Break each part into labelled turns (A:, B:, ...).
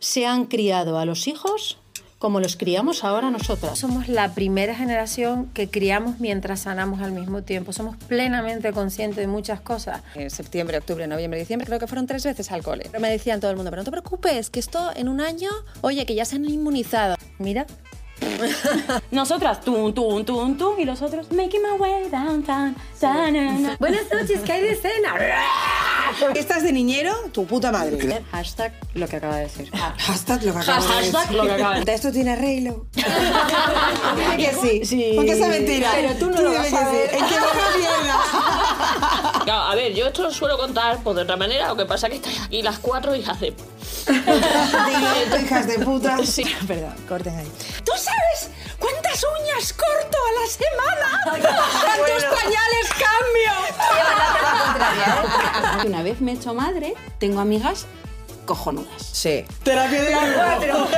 A: se han criado a los hijos como los criamos ahora nosotras.
B: Somos la primera generación que criamos mientras sanamos al mismo tiempo. Somos plenamente conscientes de muchas cosas.
C: En Eh, septiembre, octubre, noviembre, diciembre, creo que fueron tres veces al cole. Pero me decían todo el mundo, pero no te preocupes, que esto en un año, oye, que ya se han inmunizado.
B: Mira,
D: Nosotras, tum, tum, tum, tum, y los otros, making my way downtown. ta, na, na.
B: Buenas noches, ¿qué hay de cena?
E: Estás de niñero, tu puta madre.
D: Hashtag lo que acaba de decir.
E: Hashtag lo que acabo de
D: Hashtag
E: decir.
D: lo que acabo de
E: Esto tiene arreglo. Dime que sí.
A: Sí.
E: Porque esa mentira.
A: Pero tú no lo
E: dime
A: vas
E: que
A: a
E: sí.
A: ver.
E: Es que no mierda.
F: Claro, a ver, yo esto lo suelo contar pues, de otra manera, lo que pasa que estáis aquí las cuatro hijas de...
E: Digo, hijas de puta.
F: Sí.
E: Perdón, corten ahí.
D: ¿Tú sabes cuántas uñas corto a la semana? ¿Cuántos pañales cambio? Una vez me he hecho madre, tengo amigas cojonudas.
C: Sí.
E: Terapia de grupo.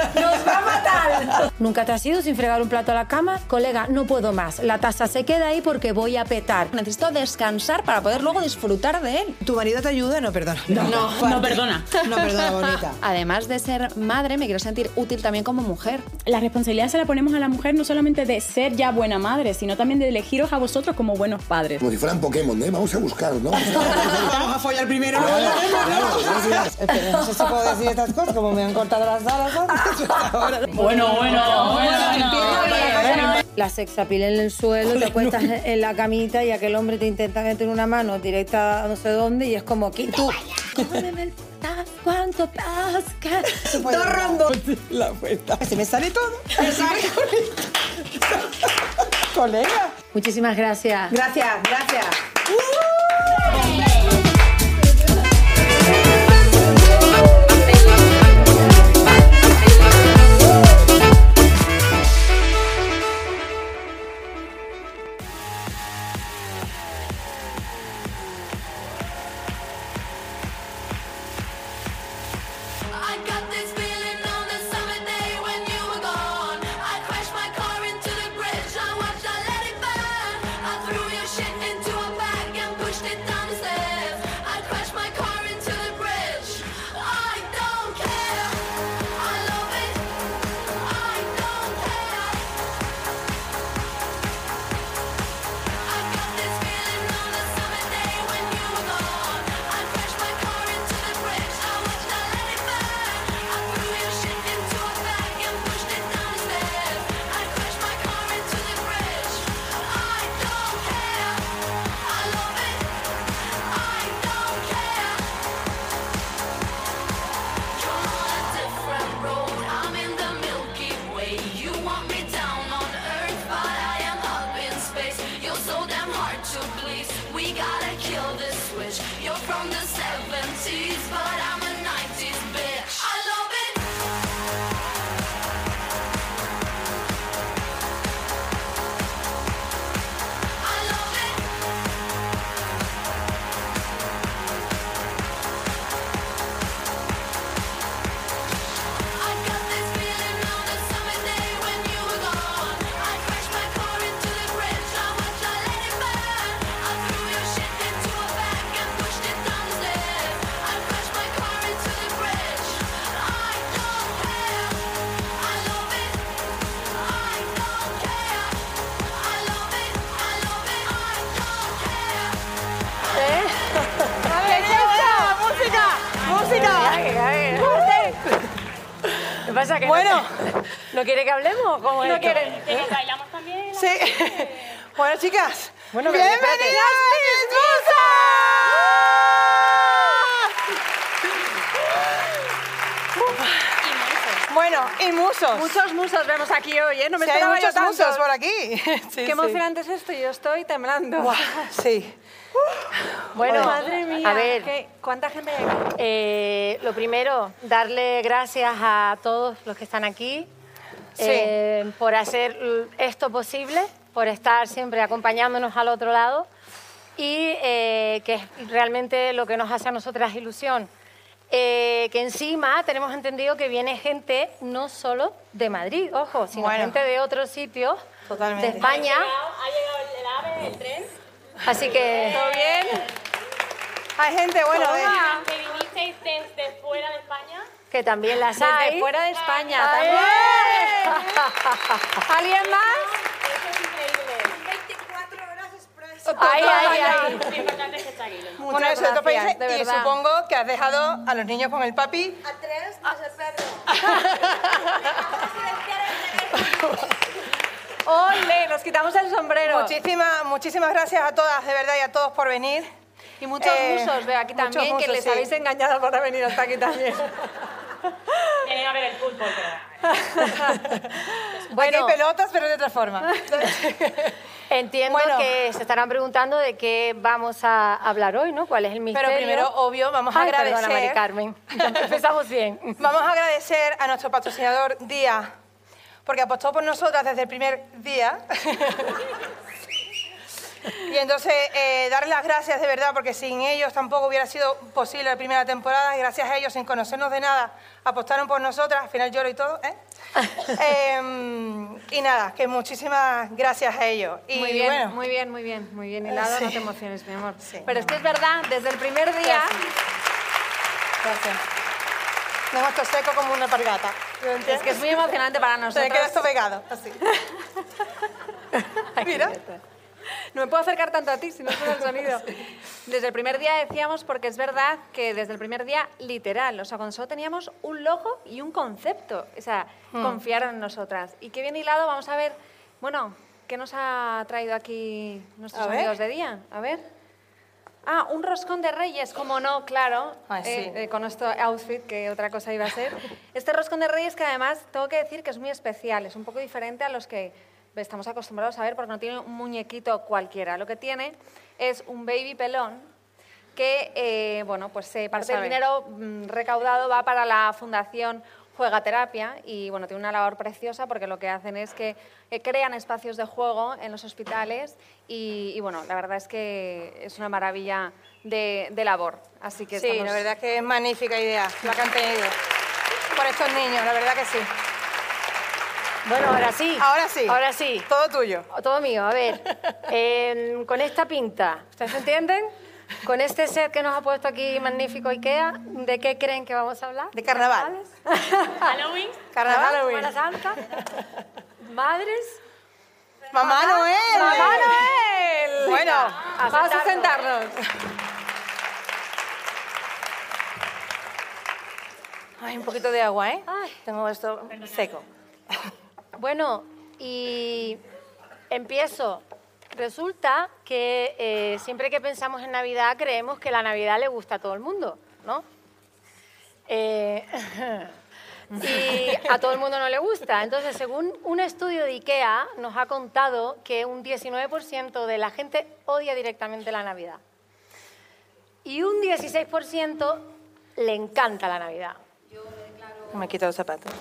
B: Nunca te has ido sin fregar un plato a la cama. Colega, no puedo más. La taza se queda ahí porque voy a petar.
C: Necesito descansar para poder luego disfrutar de él.
E: ¿Tu marido te ayuda? No, perdona.
D: No, no perdona.
E: No, perdona, bonita.
C: Además de ser madre, me quiero sentir útil también como mujer.
G: La responsabilidad se la ponemos a la mujer no solamente de ser ya buena madre, sino también de elegiros a vosotros como buenos padres.
H: Como si fueran Pokémon, ¿eh? Vamos a buscar, ¿no?
E: Vamos a follar primero. luego hablaremos, ¿no? Espera, no sé si puedo decir estas cosas, como me han cortado las alas antes. Ahora
D: Bueno, bueno, bueno.
B: La sexapil en el suelo, te acuestas en la camita y aquel hombre te intenta meter una mano directa a no sé dónde y es como aquí. Tú. Cómeme el tas- ¿Cuánto tasca?
E: se puede. La vuelta. Se me sale todo. Me sale Colega.
B: Muchísimas gracias.
E: Gracias, gracias.
I: I got this feeling on the summer day when you were gone. I crashed my car into the bridge. I watched, I let it burn. I threw your shit into a bag and pushed it down the stairs. I crashed my car into the bridge. I don't care. I love it. I don't care. I got this feeling on the summer day when you were gone. I crashed my car into the bridge. I watched, I let it burn. I threw your shit into a bag and pushed it down the stairs. I crashed my car into the bridge. I don't care. I love it. I don't care. You're on a different road. I'm in the Milky Way. You want me down on Earth, but I am up in space. You're so damn hard to please. We gotta kill this switch. You're from the 70s, but I'm a 90s bitch. I love it. I love it. I got this feeling on the summer day when you were gone. I crashed my car into the bridge. I watched, I let it burn. I threw your shit into a bag and pushed it down the stairs. I crashed my car into the bridge. I don't care. I love it. I don't care. I love it. I love it. I don't care.
J: Bueno, ¿no quiere que hablemos? ¿Cómo es esto? ¿Eh?
G: ¿Bailamos también?
J: Sí. Bueno, chicas,
E: Bueno, pero
J: bienvenidas
E: espérate.
J: mis musas.
E: ¡Uh!
J: Bueno, y musos.
C: Muchos musos vemos aquí hoy, ¿eh? No
J: Sí, hay muchos musos por aquí. Sí,
C: Qué emocionante
J: es esto, yo estoy temblando. sí. Bueno,
B: madre mía,
J: a ver.
B: ¿cuánta gente hay aquí? lo primero, darle gracias a todos los que están aquí
J: Sí.
B: eh, por hacer l- esto posible, por estar siempre acompañándonos al otro lado y eh, que es realmente lo que nos hace a nosotras ilusión. Eh, que encima tenemos entendido que viene gente no solo de Madrid, ojo, sino
J: Bueno.
B: gente de otros sitios,
J: Totalmente.
B: de España.
D: Ha llegado el ave, el tren.
B: Así que...
J: ¿Todo bien? Hay gente, bueno, de-
B: eh.
G: ¿Que vinisteis desde fuera de España?
B: que también las
C: Desde
B: hay.
C: fuera de España
B: ¡Ay!
C: ¿Alguien más?
I: 24 horas express.
C: Ay, ay, ay.
E: Bueno, eso de
C: gracias,
E: otros países,
C: de
E: y
C: verdad.
E: supongo que has dejado a los niños con el papi.
I: A tres más el perro.
C: ¡Ole! Nos quitamos el sombrero.
E: Muchísimas, muchísimas gracias a todas, de verdad, y a todos por venir. Eh,
C: Y muchos
B: Eh,
C: musos, veo aquí también, que les habéis
E: engañado por venir hasta aquí también.
G: Vienen a ver el fútbol, pero...
E: bueno. hay pelotas, pero de otra forma.
B: Entiendo
E: Bueno.
B: que se estarán preguntando de qué vamos a hablar hoy, ¿no? ¿Cuál es el misterio?
E: Pero primero, obvio, vamos a
B: Ay, perdona,
E: agradecer.
B: Mari Carmen. Empezamos bien.
E: Vamos a agradecer a nuestro patrocinador Día, porque apostó por nosotras desde el primer día. y entonces, eh, darles las gracias de verdad, porque sin ellos tampoco hubiera sido posible la primera temporada. Y gracias a ellos, sin conocernos de nada, apostaron por nosotras. Al final lloro y todo, ¿eh? Em, y nada, que muchísimas gracias a ellos. Y
C: muy bien,
E: bueno,
C: muy bien, muy bien, muy bien hilado,
E: Sí.
C: no te emociones, mi amor.
E: Sí,
C: Pero es que es verdad, desde el primer día,
E: gracias. No hemos estado seco como una pargata.
C: es que es muy emocionante para
E: Se
C: nosotros.
E: queda esto pegado, así. Mira.
C: No me puedo acercar tanto a ti si no suena el sonido. Desde el primer día decíamos, porque es verdad que desde el primer día, literal, o sea, con solo teníamos un logo y un concepto. O sea,
E: Hmm.
C: confiaron en nosotras. Y qué bien hilado, vamos a ver, bueno, ¿qué nos ha traído aquí nuestros
E: A ver.
C: amigos de día? A ver. Ah, un roscón de reyes, como no, claro,
E: Ay, sí.
C: eh, eh, con este outfit que otra cosa iba a ser. Este roscón de reyes que además tengo que decir que es muy especial, es un poco diferente a los que estamos acostumbrados a ver porque no tiene un muñequito cualquiera. Lo que tiene es un baby pelón que, eh, bueno, pues eh, parte del
D: sabe.
C: dinero mm, recaudado va para la fundación Juega Terapia y, bueno, tiene una labor preciosa porque lo que hacen es que eh, crean espacios de juego en los hospitales y, y, bueno, la verdad es que es una maravilla de, de labor. Así que
E: Sí,
C: estamos-
E: la verdad es que es magnífica idea la que han tenido por estos niños, la verdad que sí.
B: Bueno, ahora sí.
E: Ahora sí.
B: Ahora sí.
E: Todo tuyo.
B: Todo mío, a ver. em, con esta pinta, ¿ustedes entienden? Con este set que nos ha puesto aquí magnífico IKEA, ¿de qué creen que vamos a hablar?
E: De carnaval.
G: Halloween.
E: Carnaval.
B: Semana Santa. Madres.
E: Mamá Noel.
C: ¡Mamá Noel!
E: Bueno,
C: a
E: vamos a
C: sentarnos.
E: sentarnos. Ay, un poquito de agua, ¿eh?
B: Ay.
E: Tengo esto seco.
B: Bueno, y empiezo. Resulta que eh, siempre que pensamos en Navidad creemos que la Navidad le gusta a todo el mundo, ¿no? Eh, y a todo el mundo no le gusta. Entonces, según un estudio de IKEA, nos ha contado que un 19% de la gente odia directamente la Navidad. Y un 16% le encanta la Navidad.
E: Me quito los zapatos.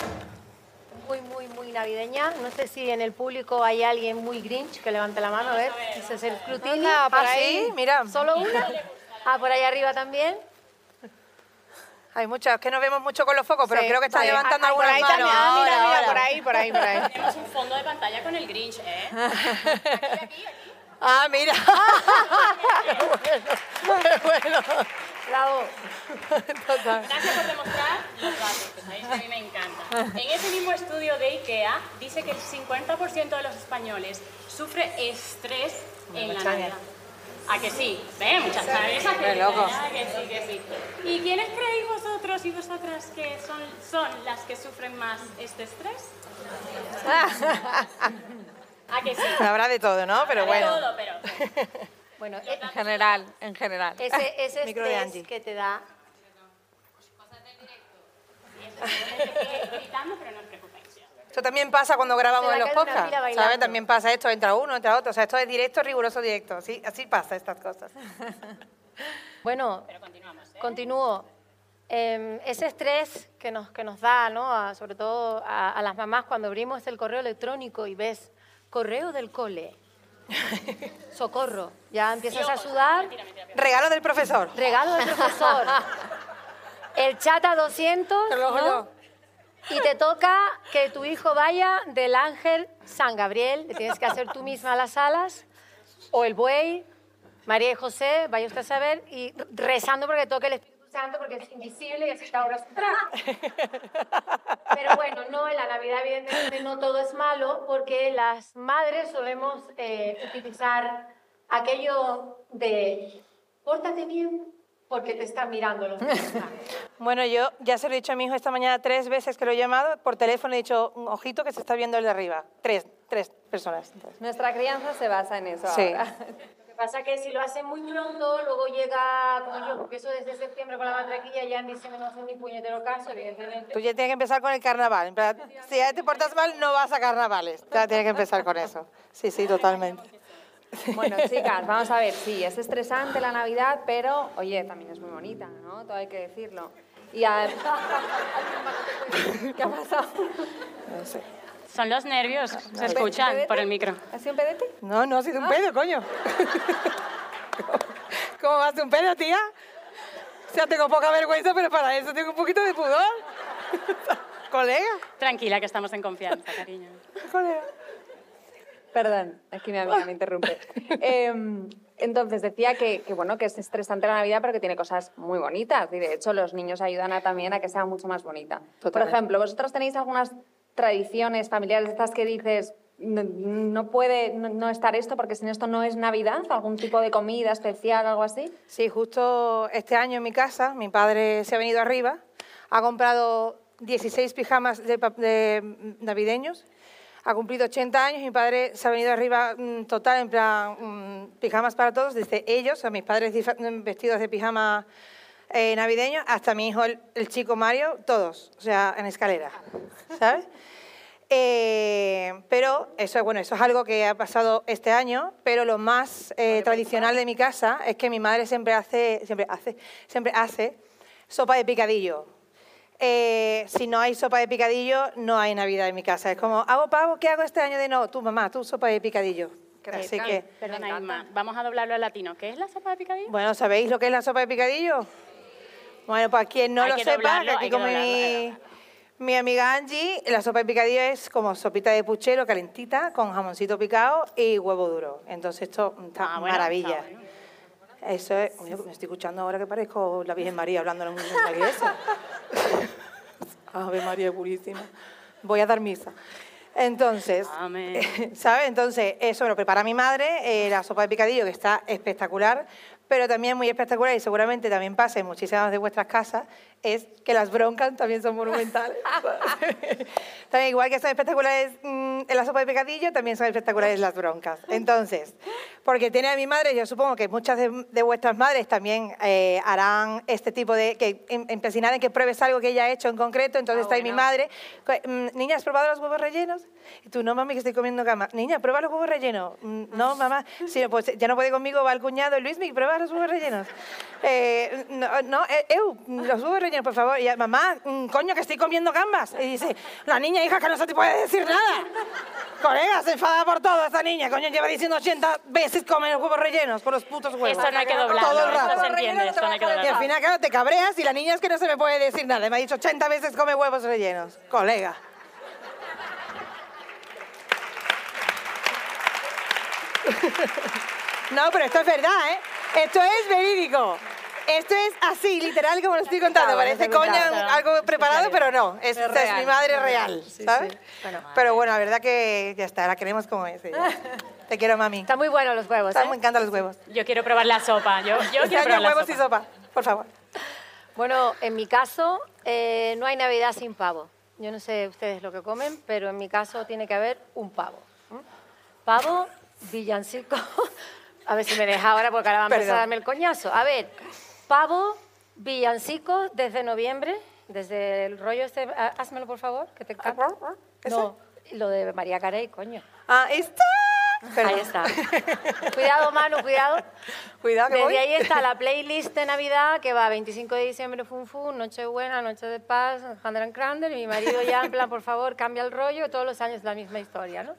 B: muy, muy, muy navideña. No sé si en el público hay alguien muy grinch que levante la mano, a ver. Ese es el escrutinio.
E: Hola, por
B: Ah,
E: ahí,
B: sí.
E: mira.
B: ¿Solo una? Ah, por ahí arriba también.
E: Hay muchas, que no vemos mucho con los focos, pero
C: Sí,
E: creo que están
C: sí.
E: levantando
C: Ah, por
E: algunas
C: ahí
E: manos.
C: también. Ah, mira,
E: Ahora,
C: mira,
E: ahora.
C: por ahí, por ahí, por ahí.
G: Tenemos un fondo de pantalla con el Grinch, ¿eh?
E: Ah, mira. Qué bueno. Qué bueno.
B: Bravo.
G: Gracias por demostrar los datos, que sabéis que a mí me encanta. En ese mismo estudio de IKEA dice que el 50% de los españoles sufre estrés en la
E: muchaña.
G: Navidad. ¿A que sí? ¿Ve? Muchas gracias.
E: Qué loco.
G: Ah, que sí, que sí. ¿Y quiénes creéis vosotros y vosotras que son, son las que sufren más este estrés? ¿A que sí?
E: Habrá de todo, ¿no? Pero bueno.
G: De todo, pero...
B: Bueno, e-
C: En general, en general.
B: ese, ese
E: Micro de Angie.
B: estrés que te da...
G: Gritando, pero no os preocupéis.
E: Esto también pasa cuando grabamos
B: Se
E: en
B: la
E: los
B: cae de una
E: podcasts,
B: pila bailando.
E: ¿sabes? También pasa esto, entra uno, entra otro. O sea, esto es directo, riguroso, directo. Así, así pasa estas cosas.
B: Bueno, continúo. Em, ese estrés que nos, que nos da, ¿no? A- sobre todo a, a las mamás cuando abrimos el correo electrónico y ves correo del cole, socorro, ya empiezas a sudar,
E: Regalo del profesor.
B: regalo del profesor, el chat a 200,
E: Te lo
B: ¿no?
E: juro.
B: Y te toca que tu hijo vaya del ángel San Gabriel, le tienes que hacer tú misma las alas, o el buey, María y José, vaya usted a saber, y rezando porque toque el Espíritu Santo porque es invisible y es esta hora atrás. Pero bueno, no, en la Navidad evidentemente no todo es malo porque las madres solemos eh, utilizar aquello de pórtate bien porque te están mirando los niños".
E: Bueno, yo ya se lo he dicho a mi hijo esta mañana tres veces que lo he llamado por teléfono. He dicho, ojito que se está viendo el de arriba. Tres, tres personas. tres.
C: Nuestra crianza se basa en eso.
E: Sí.
C: ahora.
B: Lo que pasa es que si lo hacen muy pronto, luego llega, como yo, porque eso desde septiembre con la matraquilla, ya en diciembre no hacen ni puñetero caso, evidentemente.
E: Tú ya tienes que empezar con el carnaval. En plan, Si ya te portas mal, no vas a carnavales. Ya tienes que empezar con eso. Sí, sí, totalmente.
C: Bueno, chicas, vamos a ver, sí, es estresante la Navidad, pero oye, también es muy bonita, ¿no? Todo hay que decirlo. Y a... ¿Qué ha pasado?
G: Son los nervios, se
C: ¿Un
G: escuchan
C: pedete?
G: por el micro.
C: ¿Ha sido un pedete?
E: No, no ha sido un pedo, coño. ¿Cómo vas un pedo, tía? O sea, tengo poca vergüenza, pero para eso tengo un poquito de pudor. Colega,
G: Tranquila, que estamos en confianza, cariño.
E: colega.
C: Perdón, aquí mi amiga me interrumpe. Em, entonces decía que, que, bueno, que es estresante la Navidad, pero que tiene cosas muy bonitas. Y de hecho, los niños ayudan a, también a que sea mucho más bonita. Por
E: Totalmente.
C: ejemplo, ¿vosotras tenéis algunas tradiciones familiares de estas que dices no, no puede no, no estar esto porque sin esto no es Navidad? ¿Algún tipo de comida especial, algo así?
E: Sí, justo este año en mi casa, mi padre se ha venido arriba, ha comprado 16 pijamas de, pap- de, mm, navideños, ha cumplido 80 años, mi padre se ha venido arriba mm, total, en plan, mm, pijamas para todos, desde ellos, a mis padres disfra- mm, vestidos de pijama eh, navideño, hasta mi hijo, el, el chico Mario, todos, o sea, en escalera, ¿sabes? Eh, pero eso, bueno, eso es algo que ha pasado este año, pero lo más eh, tradicional de mi casa es que mi madre siempre hace, siempre hace, siempre hace sopa de picadillo. Eh, si no hay sopa de picadillo, no hay Navidad en mi casa. Es como, hago pavo, ¿qué hago este año de no? Tú, mamá, tú sopa de picadillo. Así que,
G: Perdona, Inma, vamos a doblarlo al latino. ¿Qué es la sopa de picadillo?
E: bueno, ¿sabéis lo que es la sopa de picadillo? Bueno, para quien no
G: Hay
E: lo
G: que
E: sepa,
G: doblarlo,
E: que aquí
G: hay que
E: como
G: doblarlo, hay
E: mi, mi amiga Angie, la sopa de picadillo es como sopita de puchero calentita con jamoncito picado y huevo duro. Entonces esto está
G: Ah, bueno,
E: maravilla.
G: está bueno.
E: Eso es, Oye, me estoy escuchando ahora que parezco la Virgen María hablando en una iglesia. Ave María Purísima. Voy a dar misa. Entonces,
G: Amén.
E: ¿sabes? Entonces, eso lo prepara mi madre, eh, la sopa de picadillo, que está espectacular, pero también muy espectacular y seguramente también pasa en muchísimas de vuestras casas, es que las broncas también son monumentales. también igual que son espectaculares mm, en la sopa de picadillo, también son espectaculares las broncas. Entonces, porque tiene a mi madre, yo supongo que muchas de, de vuestras madres también eh, harán este tipo de, que em- empecinar en que pruebes algo que ella ha hecho en concreto, entonces está ahí mi madre, co- mm, niña, ¿has probado los huevos rellenos? Y tú, no mami, que estoy comiendo cama. Niña, prueba los huevos rellenos. "Mm, No, mamá, si no, pues, ya no puede conmigo, va el cuñado, Luis, mi, prueba los huevos rellenos. Eh, no, no, eh, eu, los huevos rellenos, por favor. Y ella, mamá, mm, coño, que estoy comiendo gambas. Y dice, la niña, hija, que no se te puede decir nada. Colega, se enfada por todo esta niña, coño, lleva diciendo 80 veces comen los huevos rellenos, por los putos huevos.
G: Esto no hay que doblarlo,
E: Todo el
G: esto
E: rato.
G: se entiende, esto no hay que
E: Y al
G: doblarlo.
E: final, claro, te cabreas y la niña es que no se me puede decir nada. Me ha dicho 80 veces come huevos rellenos. Colega. No, pero esto es verdad, ¿eh? Esto es verídico. Esto es así, literal, como lo estoy contando. Parece coña algo preparado, pero no. Es, esta es mi madre real, ¿sabes? Pero bueno, la verdad que ya está, la queremos como es. ella. Te quiero, mami.
B: Están muy buenos los huevos, ¿eh?
E: Me encantan los huevos.
G: Yo quiero probar la sopa. Yo, yo
E: Este
G: quiero probar
E: año
G: la
E: huevos
G: sopa.
E: y sopa, por favor.
B: Bueno, en mi caso, eh, no hay Navidad sin pavo. Yo no sé ustedes lo que comen, pero en mi caso tiene que haber un pavo. ¿m? Pavo, villancico. A ver si me deja ahora porque ahora va a empezar
E: Perdón.
B: a darme el coñazo. A ver, pavo, villancico desde noviembre, desde el rollo este. ah, Házmelo, por favor, que te
E: Ah,
B: encanta.
E: ¿Ese?
B: No, lo de María Carey, coño.
E: Ah, está. Perdón.
B: Ahí está. Cuidado, Manu, cuidado.
E: Cuidado, que
B: Desde
E: voy.
B: ahí está la playlist de Navidad que va 25 de diciembre, Fun Fun, Nochebuena, Noche de Paz, Handran Crander. Y mi marido ya en plan, por favor, cambia el rollo. Todos los años la misma historia, ¿no?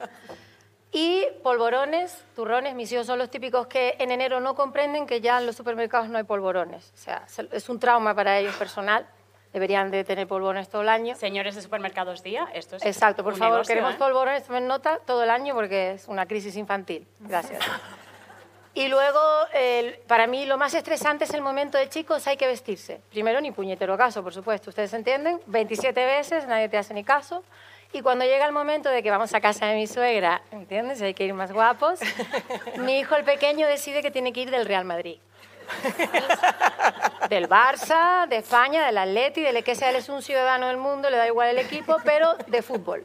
B: Y polvorones, turrones. Mis hijos son los típicos que en enero no comprenden que ya en los supermercados no hay polvorones. O sea, se- es un trauma para ellos personal. Deberían de tener polvorones todo el año.
G: Señores de supermercados día, esto es
B: Exacto, por
G: un
B: favor,
G: negocio,
B: queremos
G: ¿eh?
B: polvorones, tomen nota todo el año porque es una crisis infantil. Gracias. Y luego, el- para mí, lo más estresante es el momento de chicos, hay que vestirse. Primero, ni puñetero caso, por supuesto. Ustedes entienden, 27 veces, nadie te hace ni caso. Y cuando llega el momento de que vamos a casa de mi suegra, ¿entiendes? Hay que ir más guapos. mi hijo, el pequeño, decide que tiene que ir del Real Madrid. del Barça, de España, del Atleti, del E que sea, él es un ciudadano del mundo, le da igual el equipo, pero de fútbol.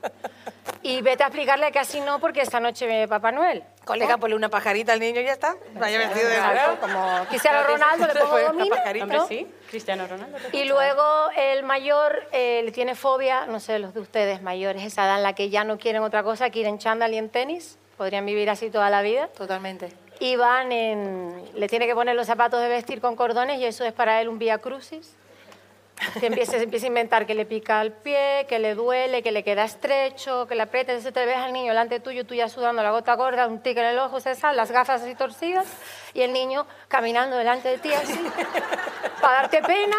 B: Y vete a explicarle que así no, porque esta noche viene Papá Noel.
E: Colega, ponle una pajarita al niño y ya está. Vaya vestido de
B: Claro, como Cristiano Ronaldo, le pongo gomina,
G: Hombre,
B: ¿no?
G: sí, Cristiano Ronaldo.
B: Y luego el mayor eh, le tiene fobia, no sé, los de ustedes mayores, esa edad en la que ya no quieren otra cosa que ir en chándal y en tenis. Podrían vivir así toda la vida.
C: Totalmente.
B: Y van en... Le tiene que poner los zapatos de vestir con cordones y eso es para él un vía crucis. Se empieza, se empieza a inventar que le pica el pie, que le duele, que le queda estrecho, que le aprieta. Entonces te ves al niño delante tuyo, tú ya sudando la gota gorda, un tic en el ojo, César, las gafas así torcidas y el niño caminando delante de ti así, para darte pena.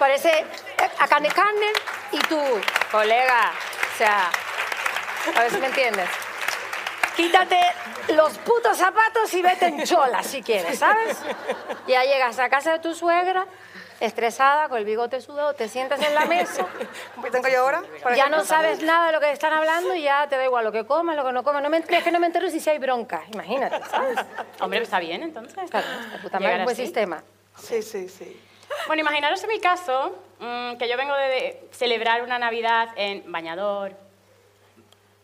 B: Parece eh, a carne carne y tú, colega, o sea, a ver si me entiendes. Quítate los putos zapatos y vete en chola si quieres, ¿sabes? Ya llegas a casa de tu suegra, estresada, con el bigote sudado, te sientas en la mesa.
E: ¿Qué Pues tengo yo ahora? por
B: Ya
E: ejemplo?
B: no sabes nada de lo que están hablando y ya te da igual lo que comas, lo que no comas. No me, es que no me entero si sí hay bronca, imagínate, ¿sabes?
G: Hombre, está bien, entonces.
B: Claro, esta puta madre,
G: Llegar
B: un buen
G: así.
B: sistema.
E: Sí, sí, sí.
G: Bueno, imaginaros en mi caso, mm, que yo vengo de- de celebrar una Navidad en bañador,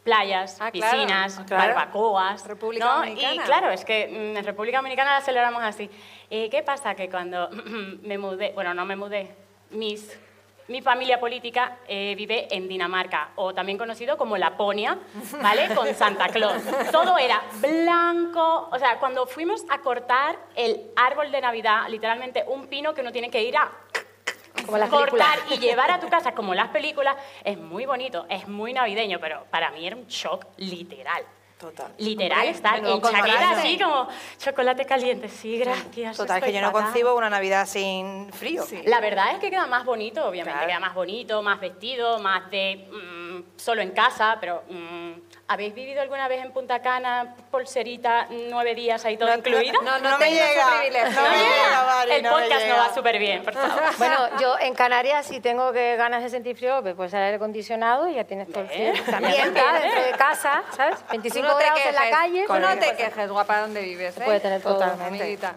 G: playas,
C: Ah, claro.
G: piscinas,
C: Ah, claro.
G: barbacoas.
C: República
G: ¿no? Y
C: Dominicana.
G: claro, es que mm, en República Dominicana la celebramos así. Eh, ¿Qué pasa? Que cuando me mudé, bueno, no me mudé, mis, mi familia política eh, vive en Dinamarca, o también conocido como Laponia, ¿vale? Con Santa Claus. Todo era blanco. O sea, cuando fuimos a cortar el árbol de Navidad, literalmente un pino que uno tiene que ir a
B: Como las películas.
G: cortar y llevar a tu casa como las películas es muy bonito, es muy navideño, pero para mí era un shock literal.
E: Total.
G: Literal,
E: Hombre,
G: estar
E: menudo
G: en chaqueta
E: contraste.
G: así como chocolate caliente, sí, gracias.
E: este. Total, que
G: estoy
E: yo no
G: fatal.
E: concibo una Navidad sin frío.
G: La verdad es que queda más bonito, obviamente, queda más bonito, más vestido, más de mm, solo en casa, pero mm, ¿habéis vivido alguna vez en Punta Cana, polserita, nueve días ahí todo
E: No,
G: incluido?
E: no, no No me tengo ese llega, privilegio. no me llega, Mari,
G: El
E: no me
G: podcast no
E: llega.
G: va súper bien, por favor.
B: Bueno, yo en Canarias si tengo que ganas de sentir frío, pues puedes aire acondicionado y ya tienes todo el frío. También está dentro de casa, ¿sabes? 25
C: Tú no te
B: grados en la
C: quejes,
B: calle.
C: tú no te quejes, guapa, donde vives. ¿eh?
B: puede tener todo,
E: Totalmente.
C: amiguita.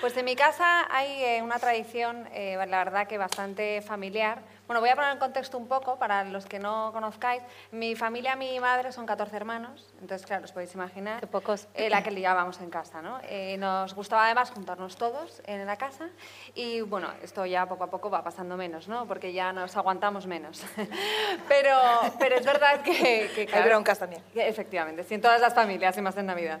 C: Pues en mi casa hay eh, una tradición, eh, la verdad que bastante familiar. Bueno, voy a poner en contexto un poco para los que no conozcáis. Mi familia, mi madre son 14 hermanos, entonces, claro, os podéis imaginar.
B: Qué pocos.
C: eh, la que liábamos en casa, ¿no? Eh, nos gustaba además juntarnos todos en la casa y bueno, esto ya poco a poco va pasando menos, ¿no? Porque ya nos aguantamos menos. pero, pero es verdad que, que,
E: Hay
C: claro,
E: broncas también.
C: que Efectivamente, sí, en todas las familias y más en Navidad.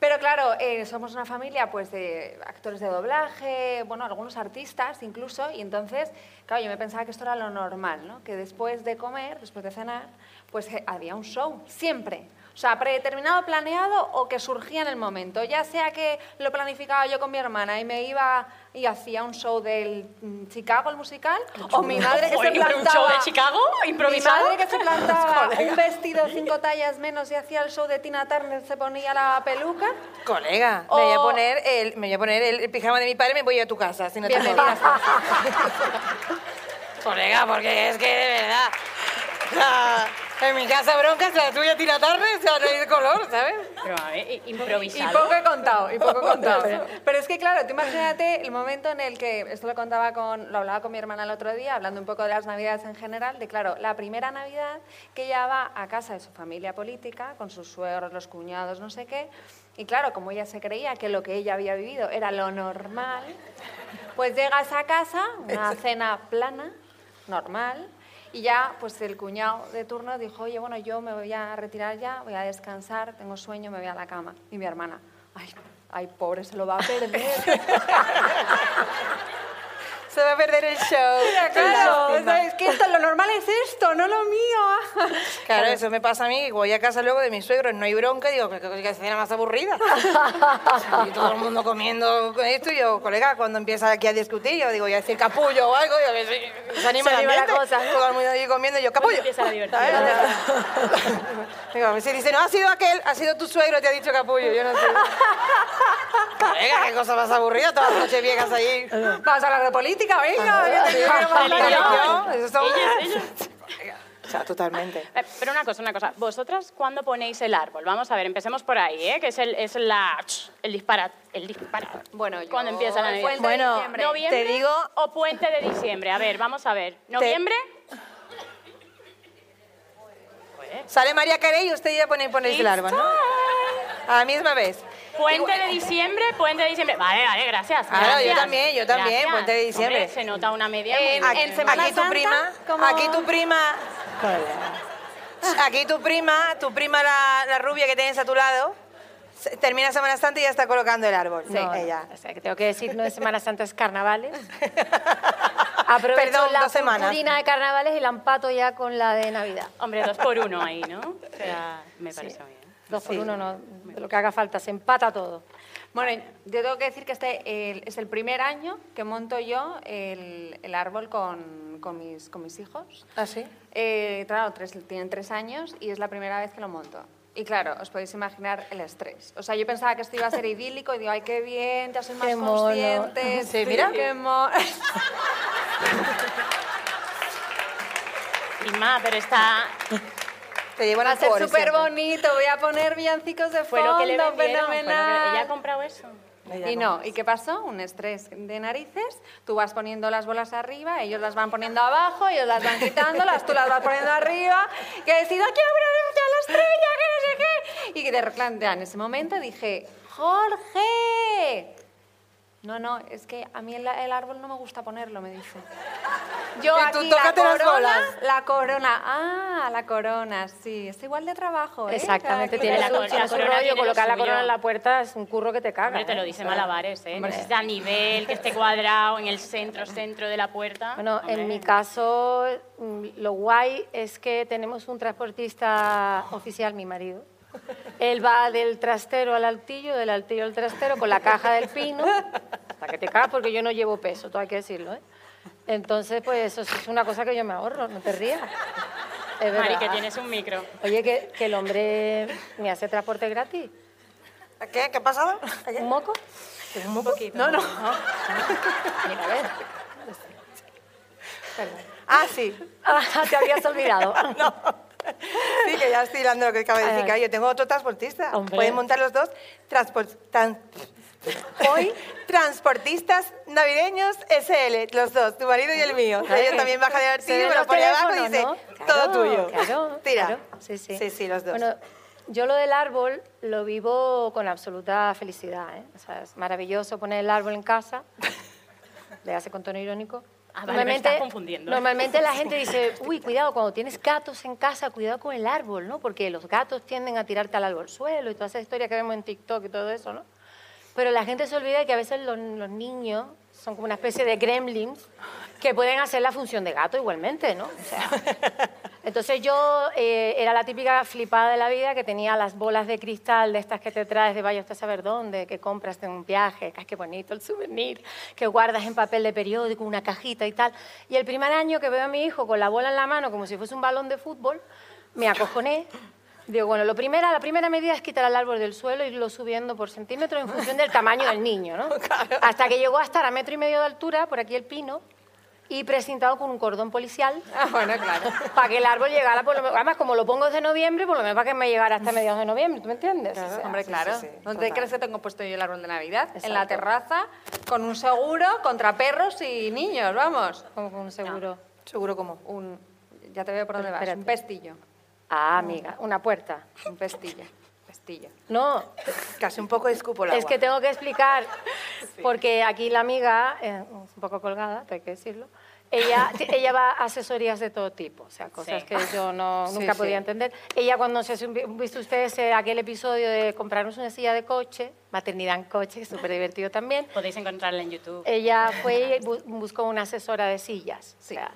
C: Pero claro, eh, somos una familia pues, de actores de doblaje, bueno, algunos artistas incluso, y entonces, claro, yo me pensaba que esto era lo normal, ¿no? Que después de comer, después de cenar, pues eh, había un show, siempre. O sea, predeterminado, planeado o que surgía en el momento. Ya sea que lo planificaba yo con mi hermana y me iba y hacía un show del mm, Chicago, el musical, o mi madre que se
G: Joder,
C: plantaba...
G: ¿Un show de Chicago improvisado?
C: Mi madre que se plantaba un vestido cinco tallas menos y hacía el show de Tina Turner, se ponía la peluca.
E: Colega, me,
C: O-
E: voy a poner el, me voy a poner el, el pijama de mi padre y me voy a tu casa. Si no te
C: Bienvenida.
E: jodas. Colega, porque es que de verdad. o sea, en mi casa broncas, la tuya tira tarde, o sea, no hay color, ¿sabes?
G: Pero a ver, i-
C: Y
G: improvisado.
C: poco he contado, y poco he contado. Pero es que claro, tú imagínate el momento en el que, esto lo contaba con, lo hablaba con mi hermana el otro día, hablando un poco de las navidades en general, de claro, la primera navidad que ella va a casa de su familia política, con sus suegros, los cuñados, no sé qué, y claro, como ella se creía que lo que ella había vivido era lo normal, pues llega a esa casa, una cena plana, normal, y ya, pues el cuñado de turno dijo, oye, bueno, yo me voy a retirar ya, voy a descansar, tengo sueño, me voy a la cama. Y mi hermana, ay, ay, pobre, se lo va a perder.
E: Se va a perder el show.
C: Mira,
E: Qué
C: claro, o
E: lástima.
C: sea, es que esto, lo normal es esto, no lo mío.
E: Claro, eso me pasa a mí. Voy a casa luego de mis suegros, no hay bronca, digo, que que cena más aburrida. Y todo el mundo comiendo con esto, y yo, colega, cuando empieza aquí a discutir, yo digo, ya decir capullo o algo, digo, "Sí, se anima,
B: Se anima la
E: ambiente".
B: cosa.
E: Todo el mundo ahí comiendo, y yo, capullo.
B: empieza la diversión.
E: ¿Sabes? digo, si dice, no, ha sido aquel, ha sido tu suegro, te ha dicho capullo, yo no sé. Colega, qué cosa más aburrida, todas las noches viejas ahí.
C: Vamos a hablar de política, venga. yo te quiero más.
E: Religión, eso son-
G: Ellos-
E: O sea, totalmente.
G: Eh, Pero una cosa, una cosa. Vosotras, ¿cuándo ponéis el árbol? Vamos a ver, empecemos por ahí, ¿eh? Que es el, es la, el disparate. El disparate. Bueno, yo... ¿Cuándo empieza la
C: el
G: Navidad?
C: puente de Bueno, diciembre.
G: ¿noviembre
C: te digo-
G: o puente de diciembre? A ver, vamos a ver. ¿Noviembre?
E: Sale María Carey y usted ya pone, ponéis el árbol, ¿no? A la misma vez.
G: ¿Puente de diciembre? ¿Puente de diciembre? Vale, vale, gracias.
E: Claro, Ah, yo
G: gracias.
E: también, yo también,
G: Gracias.
E: puente de diciembre.
G: Hombre, se nota una media. muy
E: En,
G: buena.
E: aquí tu prima, aquí tu prima, aquí tu prima, tu prima la, la rubia que tienes a tu lado, se- termina Semana Santa y ya está colocando el árbol.
B: Sí,
E: No, ella.
B: O sea, que tengo que decir, no es Semana Santa, es carnavales. Aprovecho
E: Ah, Perdón,
B: la
E: dos semanas.
B: purpurina de carnavales y la empato ya con la de Navidad.
G: Hombre, dos por uno ahí, ¿no? O sea, me parece bien.
B: Dos por uno, no, de lo que haga falta, se empata todo.
C: Bueno, yo tengo que decir que este eh, es el primer año que monto yo el, el árbol con, con mis, con mis hijos.
E: ¿Ah, sí?
C: Eh, claro, tres, tienen tres años y es la primera vez que lo monto. Y claro, os podéis imaginar el estrés. O sea, yo pensaba que esto iba a ser idílico y digo, ay, qué bien, ya soy más
B: Qué mono.
C: consciente.
E: Sí, mira.
C: Qué mono.
G: Y más, pero está...
E: Te llevan
C: Va a
E: al
C: ser
E: coro
C: súper
E: siempre.
C: bonito, voy a poner villancicos de fondo,
G: Fue lo que le vendieron. fue lo que-
C: fenomenal.
G: Ella ha comprado eso.
C: Y no, ¿y qué pasó? Un estrés de narices, tú vas poniendo las bolas arriba, ellos las van poniendo abajo, ellos las van quitando, las, tú las vas poniendo arriba, que decido, quiero poner ya la estrella, que no sé qué. Y que de repente, en ese momento dije, Jorge, no, no, es que a mí el, el árbol no me gusta ponerlo, me dice. Yo
E: Y tú
C: aquí
E: tócate
C: la
E: las
C: corona,
E: bolas.
C: la corona, ah, la corona, sí, es igual de trabajo, ¿eh?
B: Exactamente,
C: Cada
B: tiene
C: quien
G: la
B: la, su,
G: cor-
B: tiene
G: la
B: su
G: corona
B: rollo,
G: tiene lo
B: colocar la
G: suyo.
B: corona en la puerta es un curro que te caga.
G: Hombre, te lo
B: ¿eh?
G: dice
B: O sea,
G: Malabares, ¿eh?
B: hombre.
G: No es a nivel, que esté cuadrado en el centro, centro de la puerta.
B: Bueno,
G: Hombre.
B: en mi caso, mm, lo guay es que tenemos un transportista oficial, mi marido. Él va del trastero al altillo, del altillo al trastero, con la caja del pino, hasta que te cagas, porque yo no llevo peso, todo hay que decirlo, ¿eh? Entonces, pues eso sí es una cosa que yo me ahorro, no te rías. Es verdad.
G: Mari, que tienes un micro.
B: Oye, que, que el hombre me hace transporte gratis.
E: ¿Qué? ¿Qué ha pasado?
B: ¿Un moco?
E: ¿Un poquito? No, no.
B: Mira, a ver.
E: Ah, sí.
B: Ah, te habías olvidado.
E: Sí, que ya estoy hilando lo que acaba de decir. que Yo tengo otro transportista.
B: Hombre.
E: Pueden montar los dos. Transpor- tran- Hoy, transportistas navideños SL, los dos, tu marido y el mío. O sea, Ellos también bajan de
B: Se ven
E: artículo, me lo
B: los
E: pone abajo y dice,
B: teléfonos, ¿no?
E: todo tuyo.
B: Claro, claro,
E: Tira.
B: claro. Sí, sí.
E: Sí, sí, los dos.
B: Bueno, yo lo del árbol lo vivo con absoluta felicidad. ¿eh? O sea, es maravilloso poner el árbol en casa. Le hace con tono irónico.
G: Ah, vale, me estás confundiendo, ¿eh?
B: normalmente la gente dice, uy, cuidado, cuando tienes gatos en casa, cuidado con el árbol, ¿no? Porque los gatos tienden a tirarte al árbol suelo y todas esas historias que vemos en TikTok y todo eso, ¿no? Pero la gente se olvida que a veces los, los niños son como una especie de gremlins que pueden hacer la función de gato igualmente, ¿no? O sea, entonces yo eh, era la típica flipada de la vida que tenía las bolas de cristal de estas que te traes de vaya usted a saber dónde, que compras en un viaje, que ay, qué bonito el souvenir, que guardas en papel de periódico, una cajita y tal. Y el primer año que veo a mi hijo con la bola en la mano como si fuese un balón de fútbol, me acojoné. Digo, bueno, lo primera, la primera medida es quitar el árbol del suelo e irlo subiendo por centímetros en función del tamaño del niño, ¿no? Hasta que llegó a estar a metro y medio de altura, por aquí el pino, y precintado con un cordón policial
C: Ah, bueno, claro.
B: para que el árbol llegara por lo menos. Además, como lo pongo desde noviembre, por lo menos para que me llegara hasta mediados de noviembre, ¿tú me entiendes? O sea,
C: Hombre,
B: sí,
C: claro.
B: sí, sí,
C: ¿Dónde
B: total.
C: crees que tengo puesto yo el árbol de Navidad? En la
B: Exacto.
C: terraza, con un seguro contra perros y niños, vamos.
B: Como con un seguro.
E: Seguro como.
C: Un, ya te veo por dónde vas.
B: Espérate.
C: Un pestillo.
B: Ah, amiga, una puerta.
C: Un pestillo. pestillo.
B: No,
E: Casi un poco de escupo el
B: es
E: agua.
B: que tengo que explicar, porque aquí la amiga, eh, es un poco colgada, que hay que decirlo, Ella, ella va a asesorías de todo tipo, o sea, cosas
G: Sí. Ah,
B: que yo no,
G: Sí,
B: nunca
G: sí.
B: podía entender. Ella cuando se subi- viste ustedes eh, aquel episodio de comprarnos una silla de coche, maternidad en coche, que es súper divertido también.
G: Podéis encontrarla en YouTube.
E: Eh,
B: Ella fue y bu- buscó una asesora de sillas. O sea,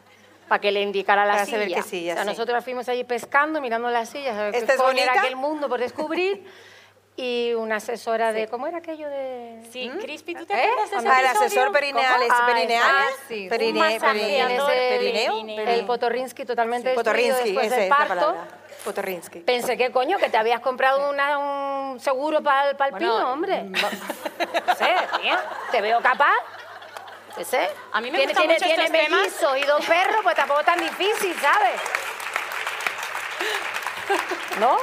B: para que le indicara la
E: Para
B: silla.
E: saber qué silla,
B: O sea,
E: sí.
B: nosotros fuimos allí pescando, mirando las sillas, a ver
E: ¿Esta
B: qué
E: es
B: coño era
E: bonita?
B: aquel mundo por descubrir. Y una asesora de, ¿cómo era aquello de...?
G: Sí,
E: ¿Mm?
G: Crispy, ¿tú te
B: ¿Eh?
G: acuerdas de ese
E: Ah, el
G: episodio?
E: asesor perineal,
B: ¿Cómo?
E: ese
B: Ah,
E: perineal,
B: ah,
E: sí,
B: un
E: perine-
B: masajeador
E: perineador,
B: del-
E: perineo,
B: El
E: perine-
B: potorrinsky totalmente destruido
E: Potorrinsky,
B: después
E: esa
B: del
E: es la
B: parto.
E: palabra. Potorrinsky.
B: Pensé que coño, que te habías comprado una- un seguro para el pino, hombre. No sé, tía, te veo capaz. No sé.
G: A mí me
B: tiene,
G: gustan
B: tiene,
G: mucho
B: tiene
G: estos temas.
B: mellizos y dos perros, pues tampoco es tan difícil, ¿sabes? ¿No?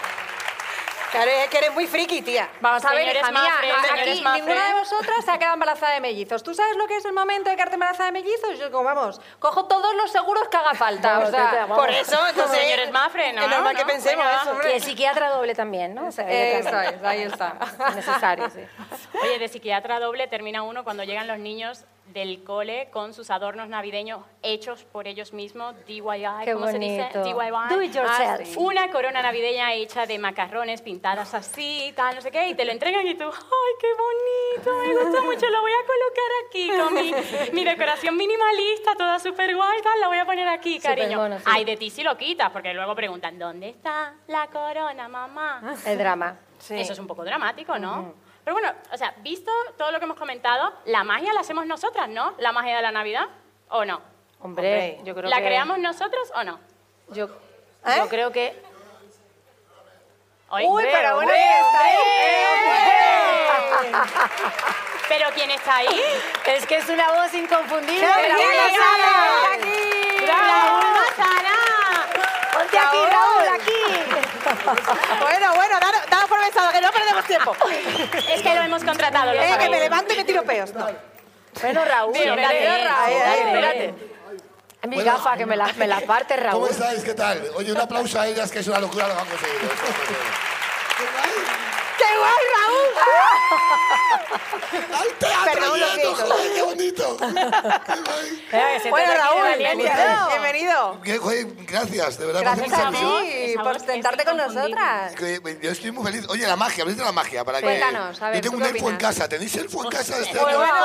E: Claro, es que eres muy friki, tía.
C: Vamos
G: a ver, hija mía, no, aquí
C: aquí ninguna de vosotras se ha quedado embarazada de mellizos. ¿Tú sabes lo que es el momento de quedarte embarazada de mellizos? Yo, como, vamos, cojo todos los seguros que haga falta. o sea,
E: Por eso, entonces.
G: señores Mafre, ¿no?
E: Es normal
G: ¿No?
E: Eh, que pensemos
G: Venga,
E: eso,
G: vamos.
E: hombre.
B: Y el psiquiatra doble también, ¿no? O sea, ella
C: Eso
B: también.
C: es, ahí está.
B: Necesario, sí.
G: Oye, de psiquiatra doble termina uno cuando llegan los niños del cole con sus adornos navideños hechos por ellos mismos, DIY,
B: Qué
G: ¿cómo se dice?
B: bonito.
G: DIY.
B: Do it
G: Ah,
B: yourself.
G: sí. Una corona navideña hecha de macarrones pintadas así, tal, no sé qué, y te lo entregan y tú, ¡ay, qué bonito! Me gusta mucho, lo voy a colocar aquí con mi, mi decoración minimalista, toda súper guay, tal, la voy a poner aquí,
B: Súper
G: cariño.
B: mono, sí.
G: Ay, de ti sí lo quitas, porque luego preguntan, ¿dónde está la corona, mamá?
B: El drama.
G: Eso es un poco dramático, ¿no? Pero bueno, o sea, visto todo lo que hemos comentado, la magia la hacemos nosotras, ¿no? La magia de la Navidad, ¿o no?
B: Hombre,
E: Hombre,
B: yo creo
G: ¿La
B: que...
G: creamos nosotros o no?
B: Yo, yo creo que...
G: Hoy-
E: ¿Eh? Uy, pero bueno, está ahí.
G: Pero ¿quién está ahí?
B: Es que es una voz inconfundible.
E: ¡Qué
B: la
E: bien,
B: abuela Sara.
E: Sara! ¡Aquí!
B: ¡Bravo! ¡Ponte aquí, Raúl,
E: Raúl.
B: aquí!
E: Bueno, bueno, dar- damos por pensado que no perdemos tiempo.
G: Es que lo hemos contratado, lo
E: Eh, que
G: sabéis.
E: me levanto y me tiro peos. No.
B: Bueno, Raúl,
G: Siéntate,
B: espérate,
E: Raúl,
B: espérate. A mi
H: Bueno.
B: gafa, que me la, me la parte,
H: ¿Cómo
B: Raúl.
H: estáis? ¿Qué tal? Oye, un aplauso a ellas, que es una locura lo que han conseguido.
E: ¡Qué guay, Raúl!
H: ¡Ay, teatro!
E: Perdón, lo
H: lleno!
E: siento.
H: ¡Joder, qué bonito! Qué guay.
E: Bueno, Raúl, bienvenido.
H: bienvenido.
E: bienvenido.
H: Qué guay, Gracias, de verdad. me hace
C: Gracias a
H: mucha ilusión.
C: ti
G: esa
C: por
G: voz es
C: sentarte con
G: inconfundible.
C: nosotras.
H: Que- Yo estoy muy feliz. Oye, la magia, ¿habéis de la magia? Para que-
C: Cuéntanos, a ver,
H: Yo tengo
C: ¿tú
H: un
C: qué
H: elfo en
C: opinas? Pues
H: casa. ¿Tenéis elfo en casa este
E: Muy
H: año?
E: bueno.